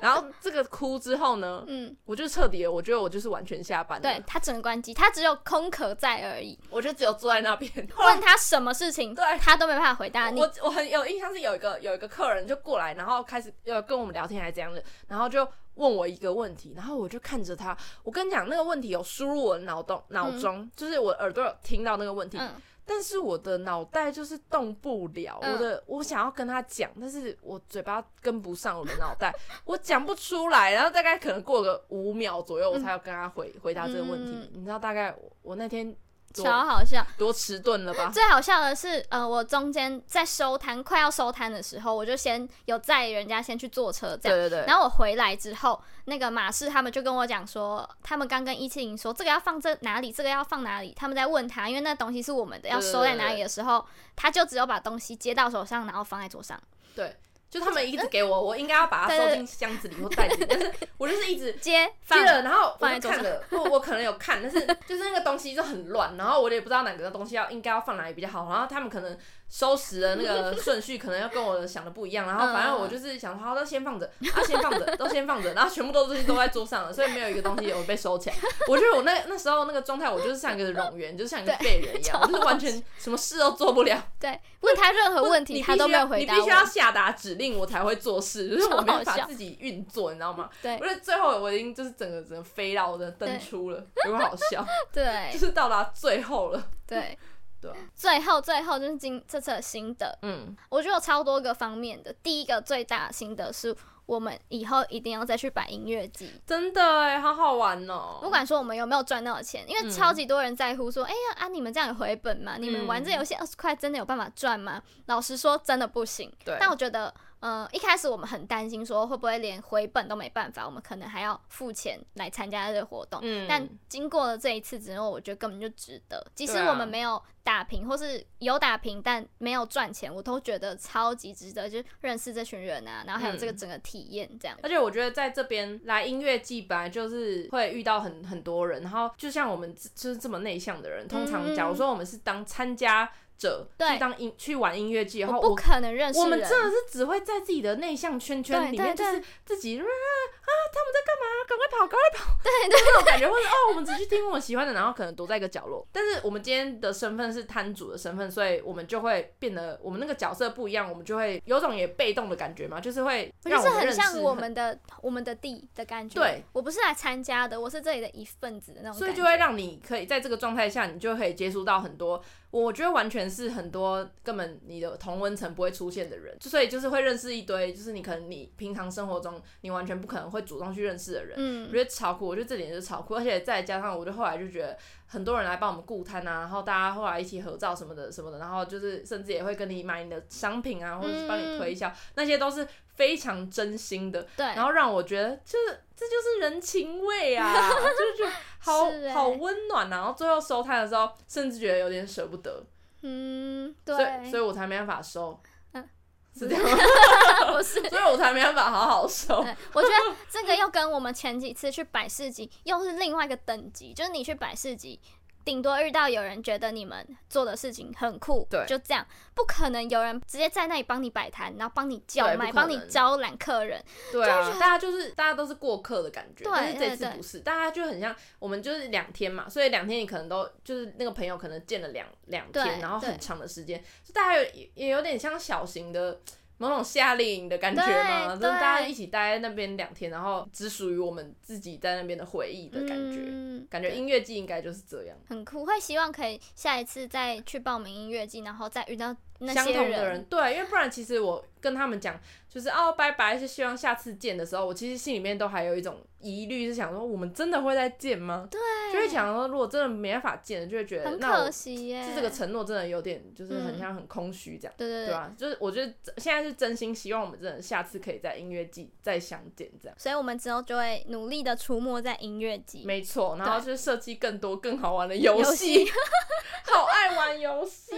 Speaker 2: 然后这个哭之后呢，
Speaker 1: 嗯，
Speaker 2: 我就彻底了，我觉得我就是完全下班
Speaker 1: 对
Speaker 2: 了，
Speaker 1: 他整个关机，他只有空壳在而已。
Speaker 2: 我就只有坐在那边。后 来
Speaker 1: 问他什么事情，
Speaker 2: 对
Speaker 1: 他都没办法回答你。
Speaker 2: 我我很有印象是有一个有一个客人就过来，然后开始要跟我们聊天还是怎样的，然后就问我一个问题，然后我就看着他，我跟你讲那个问题有输入我的脑洞脑中，就是我耳朵有听到那个问题，
Speaker 1: 嗯
Speaker 2: 但是我的脑袋就是动不了，
Speaker 1: 嗯
Speaker 2: 我的我想要跟他讲，但是我嘴巴跟不上我的脑袋， 我讲不出来，然后大概可能过个五秒左右，我才要跟他回、回答这个问题。
Speaker 1: 嗯
Speaker 2: 你知道大概我我啊那天多
Speaker 1: 超好笑，
Speaker 2: 多迟钝了吧？
Speaker 1: 最好笑的是，呃，我中间在收摊，快要收摊的时候，我就先有载人家先去坐车这样。
Speaker 2: 对对对，
Speaker 1: 然后我回来之后，那个马氏他们就跟我讲说，他们刚跟一七零说这个要放这哪里，这个要放哪里。他们在问他，因为那东西是我们的，要收在哪里的时候，他就只有把东西接到手上，然后放在桌 上，
Speaker 2: 对，就他们一直给我，我应该要把它
Speaker 1: 对
Speaker 2: 收
Speaker 1: 对
Speaker 2: 进箱子里或袋子里，但是我就是一直。
Speaker 1: 接
Speaker 2: 接
Speaker 1: 放
Speaker 2: 了，然后我
Speaker 1: 放在
Speaker 2: 就
Speaker 1: 桌
Speaker 2: 看了，我我可能有看， 但是就是那个东西就很乱，然后我也不知道哪个东西要应该要放哪里比较好，然后他们可能收拾的 那个顺序可能要跟我想的不一样，然后反
Speaker 1: 嗯
Speaker 2: 正我就是想说，好，都先放着，啊，先放着，都先放着，然后全部都东西都在桌上了，所以没有一个东西有被收起来。我觉得我那那时候那个状态，我就是像一个冗员，就是像一个废人一样，我就是完全什么事都做不了。
Speaker 1: 对，问他任何问题
Speaker 2: 你
Speaker 1: 他都没有回答
Speaker 2: 必须要你必须
Speaker 1: 我。
Speaker 2: 要下达指令，我才会做事，就是我没有
Speaker 1: 超好
Speaker 2: 法
Speaker 1: 笑
Speaker 2: 自己运作，你知道吗？
Speaker 1: 对
Speaker 2: 不是最后我已经就是整个整个飞到我的
Speaker 1: 对
Speaker 2: 登出了，有点好 笑，就
Speaker 1: 对
Speaker 2: 是到达最后了，
Speaker 1: 对，
Speaker 2: 对啊
Speaker 1: 最后最后就是今这次的心得，
Speaker 2: 嗯，
Speaker 1: 我觉得有超多个方面的。第一个最大的心得是我们以后一定要再去摆音乐季，
Speaker 2: 真的哎，好好玩哦，
Speaker 1: 不管说我们有没有赚到钱，因为
Speaker 2: 嗯
Speaker 1: 超级多人在乎说，哎呀啊，你们这样有回本吗？你们玩这游
Speaker 2: 嗯
Speaker 1: 戏二十块真的有办法赚吗？老实说，真的不行。
Speaker 2: 对，
Speaker 1: 但我觉得，呃，一开始我们很担心说会不会连回本都没办法，我们可能还要付钱来参加这个活动。
Speaker 2: 嗯
Speaker 1: 但经过了这一次之后，我觉得根本就值得。即使
Speaker 2: 对啊
Speaker 1: 我们没有打平，或是有打平但没有赚钱，我都觉得超级值得，就是认识这群人啊，然后还有这个整个体验这样。
Speaker 2: 嗯而且我觉得在这边来音乐季本来就是会遇到很很多人，然后就像我们这就是这么内向的人，通
Speaker 1: 嗯
Speaker 2: 常假如说我们是当参加者，
Speaker 1: 对
Speaker 2: 去当音去玩音乐季，然后
Speaker 1: 我不
Speaker 2: 我
Speaker 1: 可能认识
Speaker 2: 我们
Speaker 1: 人
Speaker 2: 真的是只会在自己的内向圈圈里面，
Speaker 1: 对
Speaker 2: 就
Speaker 1: 对
Speaker 2: 是自己啊啊，他们在干嘛？赶快跑，赶快跑！ 对对，这种感觉，或者哦，我们只去听我们喜欢的，然后可能躲在一个角落。但是我们今天的身份是摊主的身份，所以我们就会变得我们那个角色不一样，我们就会有种也被动的感觉嘛，就是会
Speaker 1: 我就
Speaker 2: 让
Speaker 1: 是
Speaker 2: 们
Speaker 1: 很
Speaker 2: 认识
Speaker 1: 像
Speaker 2: 很
Speaker 1: 我们的我们的地的感觉。
Speaker 2: 对，
Speaker 1: 我不是来参加的，我是这里的一份子的那种
Speaker 2: 所
Speaker 1: 感
Speaker 2: 以
Speaker 1: 觉。
Speaker 2: 就会让你可以在这个状态下，你就可以接触到很多，我觉得完全是很多根本你的同温层不会出现的人，所以就是会认识一堆，就是你可能你平常生活中你完全不可能会主动去认识的人。我
Speaker 1: 嗯，
Speaker 2: 觉得超酷，我觉得这点就是超酷，而且再加上，我就后来就觉得很多人来帮我们顾摊啊，然后大家后来一起合照什么的什么的，然后就是甚至也会跟你买你的商品啊，或者是帮
Speaker 1: 嗯
Speaker 2: 你推销，那些都是非常真心的，
Speaker 1: 对。
Speaker 2: 然后让我觉得，就是这就是人情味 啊，就是觉得好、
Speaker 1: 是欸
Speaker 2: 好温暖啊。然后最后收摊的时候，甚至觉得有点舍不得，
Speaker 1: 嗯，
Speaker 2: 所以所
Speaker 1: 对，
Speaker 2: 以我才没办法收，
Speaker 1: 嗯
Speaker 2: 是这样吗？
Speaker 1: 不是。
Speaker 2: 所以我才没办法好好收。
Speaker 1: 对，我觉得这个又跟我们前几次去摆市集又是另外一个等级，就是你去摆市集，顶多遇到有人觉得你们做的事情很酷，
Speaker 2: 对
Speaker 1: 就这样，不可能有人直接在那里帮你摆摊，然后帮你叫
Speaker 2: 对
Speaker 1: 卖，
Speaker 2: 不可
Speaker 1: 帮
Speaker 2: 能
Speaker 1: 你招揽客人，
Speaker 2: 对啊，大家就是大家都是过客的感觉，
Speaker 1: 对
Speaker 2: 但是这
Speaker 1: 对
Speaker 2: 次
Speaker 1: 对
Speaker 2: 不是，大家就很像我们就是两天嘛，所以两天你可能都就是那个朋友可能见了两两
Speaker 1: 对
Speaker 2: 天，然后
Speaker 1: 对
Speaker 2: 很长的时间，就大家有也也有点像小型的。某种夏令营的感觉嘛，
Speaker 1: 对
Speaker 2: 就是大家
Speaker 1: 对
Speaker 2: 一起待在那边两天，然后只属于我们自己在那边的回忆的感觉。
Speaker 1: 嗯
Speaker 2: 感觉音乐季应该就是这样，
Speaker 1: 很酷，会希望可以下一次再去报名音乐季，然后再遇到那
Speaker 2: 相
Speaker 1: 些
Speaker 2: 同的人对，因为不然其实我跟他们讲就是哦拜拜，是希望下次见的时候，我其实心里面都还有一种疑虑，是想说我们真的会再见吗？
Speaker 1: 对，
Speaker 2: 就会想说，如果真的没办法见了，就会觉得
Speaker 1: 很
Speaker 2: 那我
Speaker 1: 可惜耶。
Speaker 2: 就这个承诺真的有点，就是很像很空虚这样，
Speaker 1: 对对
Speaker 2: 对啊吧、就是我觉得现在是真心希望我们真的下次可以在音乐季再相见这样。
Speaker 1: 所以我们之后就会努力的出没在音乐季。
Speaker 2: 没错，然后就是设计更多更好玩的
Speaker 1: 游
Speaker 2: 戏
Speaker 1: 戏，
Speaker 2: 好爱玩游戏。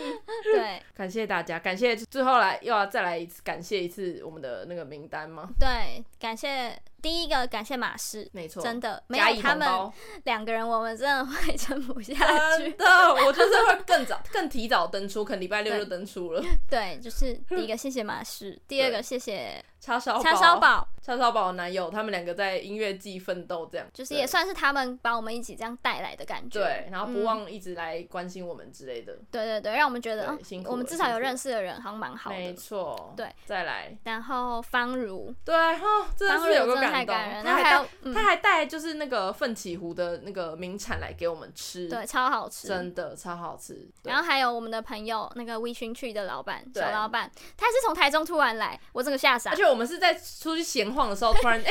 Speaker 1: 对
Speaker 2: 感谢大家，感谢最后来又要再来一次，感谢一次我们的那个名单吗？
Speaker 1: 对，感谢第一个感谢马氏，
Speaker 2: 没错，
Speaker 1: 真的没
Speaker 2: 加
Speaker 1: 有
Speaker 2: 一
Speaker 1: 他
Speaker 2: 同
Speaker 1: 们
Speaker 2: 胞，
Speaker 1: 两个人，我们真的会撑不下去
Speaker 2: 真。的，我就是会更早、 更提早登出，可能礼拜六就登出了。
Speaker 1: 对，就是第一个谢谢马氏，第二个谢谢
Speaker 2: 叉烧
Speaker 1: 叉烧堡，
Speaker 2: 叉烧堡的男友，他们两个在音乐季奋斗，这样
Speaker 1: 就是也
Speaker 2: 对
Speaker 1: 算是他们把我们一起这样带来的感觉。
Speaker 2: 对，然后不
Speaker 1: 嗯
Speaker 2: 忘一直来关心我们之类的，
Speaker 1: 对对对，让我们觉得，
Speaker 2: 对
Speaker 1: 嗯
Speaker 2: 辛苦
Speaker 1: 我们
Speaker 2: 了
Speaker 1: 至
Speaker 2: 辛
Speaker 1: 少有
Speaker 2: 苦
Speaker 1: 认识的人，好像蛮好
Speaker 2: 没
Speaker 1: 的。
Speaker 2: 错，
Speaker 1: 对，
Speaker 2: 再来，
Speaker 1: 然后方如，
Speaker 2: 对，哦，真的
Speaker 1: 方
Speaker 2: 是
Speaker 1: 如
Speaker 2: 有
Speaker 1: 真
Speaker 2: 个
Speaker 1: 的太
Speaker 2: 动，
Speaker 1: 感人，
Speaker 2: 他
Speaker 1: 然后还
Speaker 2: 还带
Speaker 1: 有，嗯，
Speaker 2: 他还带就是那个奋起湖的那个名产来给我们吃，
Speaker 1: 对，，超好吃。
Speaker 2: 真的超好吃，对
Speaker 1: 然后还有我们的朋友，那个微醺去的老板，
Speaker 2: 对
Speaker 1: 小老板，他也是从台中突然来，我整个吓傻。
Speaker 2: 而且我们是在出去闲晃的时候，突然哎、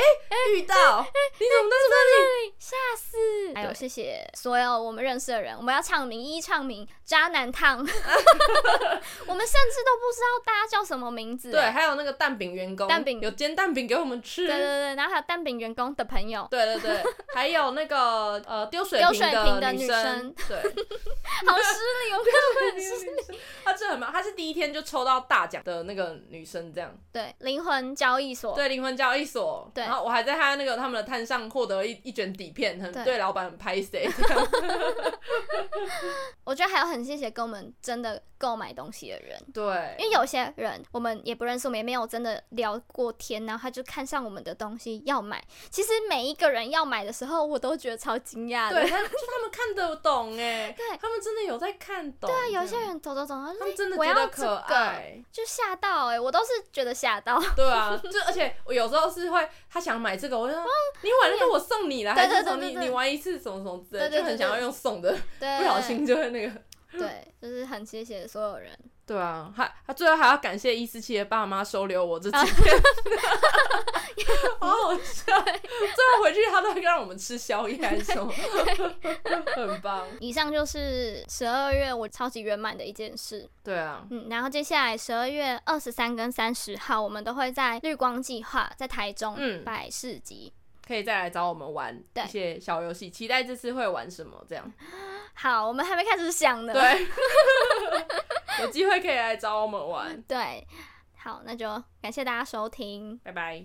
Speaker 2: 遇到，你怎么在
Speaker 1: 还有
Speaker 2: 对
Speaker 1: 谢谢所有我们认识的人，我们要唱名，一一唱名，渣男 烫，我们甚至都不知道大家叫什么名字。
Speaker 2: 对，还有那个蛋饼员工，
Speaker 1: 蛋饼
Speaker 2: 有煎蛋饼给我们吃，
Speaker 1: 对对对，然后还有蛋饼员工的朋 友，
Speaker 2: 对对对，还有那个呃丢水
Speaker 1: 丢
Speaker 2: 瓶
Speaker 1: 水瓶的
Speaker 2: 女
Speaker 1: 女
Speaker 2: 生
Speaker 1: 生，
Speaker 2: 对，
Speaker 1: 好失礼，我们
Speaker 2: 丢水瓶的女生她真的很忙，她是第一天就抽到大奖的那个女生，这样，
Speaker 1: 对灵魂交易所，
Speaker 2: 对灵魂交易所，
Speaker 1: 对
Speaker 2: 然后我还在她那个他们的摊上获得一一卷底片，很
Speaker 1: 对
Speaker 2: 对老板很 拍谁，这样
Speaker 1: 我觉得还有很谢谢跟我们真的购买东西的人，因
Speaker 2: 对，
Speaker 1: 为有些人我们也不认识，我们也没有真的聊过天，然后他就看上我们的东西要买。其实每一个人要买的时候，我都觉得超惊讶的。
Speaker 2: 对，他就他们看得懂哎，
Speaker 1: 对
Speaker 2: 他们真的有在看懂，
Speaker 1: 对，有些
Speaker 2: 这样
Speaker 1: 人走走走，然后就
Speaker 2: 他们真的
Speaker 1: 我
Speaker 2: 觉
Speaker 1: 要
Speaker 2: 得
Speaker 1: 这
Speaker 2: 可
Speaker 1: 个
Speaker 2: 爱。
Speaker 1: 就吓到哎、我都是觉得吓到。
Speaker 2: 对啊，就而且我有时候是会，他想买这个，我就说啊你玩那个我送你啦，
Speaker 1: 哦对
Speaker 2: 还
Speaker 1: 对
Speaker 2: 是什么
Speaker 1: 对对
Speaker 2: 你
Speaker 1: 对
Speaker 2: 你玩一次什么什么之类
Speaker 1: 对
Speaker 2: 的，
Speaker 1: 对哎
Speaker 2: 就很想要用送的，
Speaker 1: 对，
Speaker 2: 不小心就会那个。
Speaker 1: 对，就是很谢谢所有人。
Speaker 2: 对啊，还他最后还要感谢一四七的爸妈收留我这几天， 好好笑。最后回去他都会让我们吃宵夜还是什么，很棒。
Speaker 1: 以上就是十二月我超级圆满的一件事。
Speaker 2: 对啊，
Speaker 1: 嗯，然后接下来十二月二十三跟三十号，我们都会在绿光计划在台
Speaker 2: 嗯
Speaker 1: 中摆市集。
Speaker 2: 可以再来找我们玩
Speaker 1: 对
Speaker 2: 一些小游戏，期待这次会玩什么这样。
Speaker 1: 好，我们还没开始想呢。
Speaker 2: 对， 有机会可以来找我们玩，
Speaker 1: 对，好，那就感谢大家收听。
Speaker 2: 拜拜。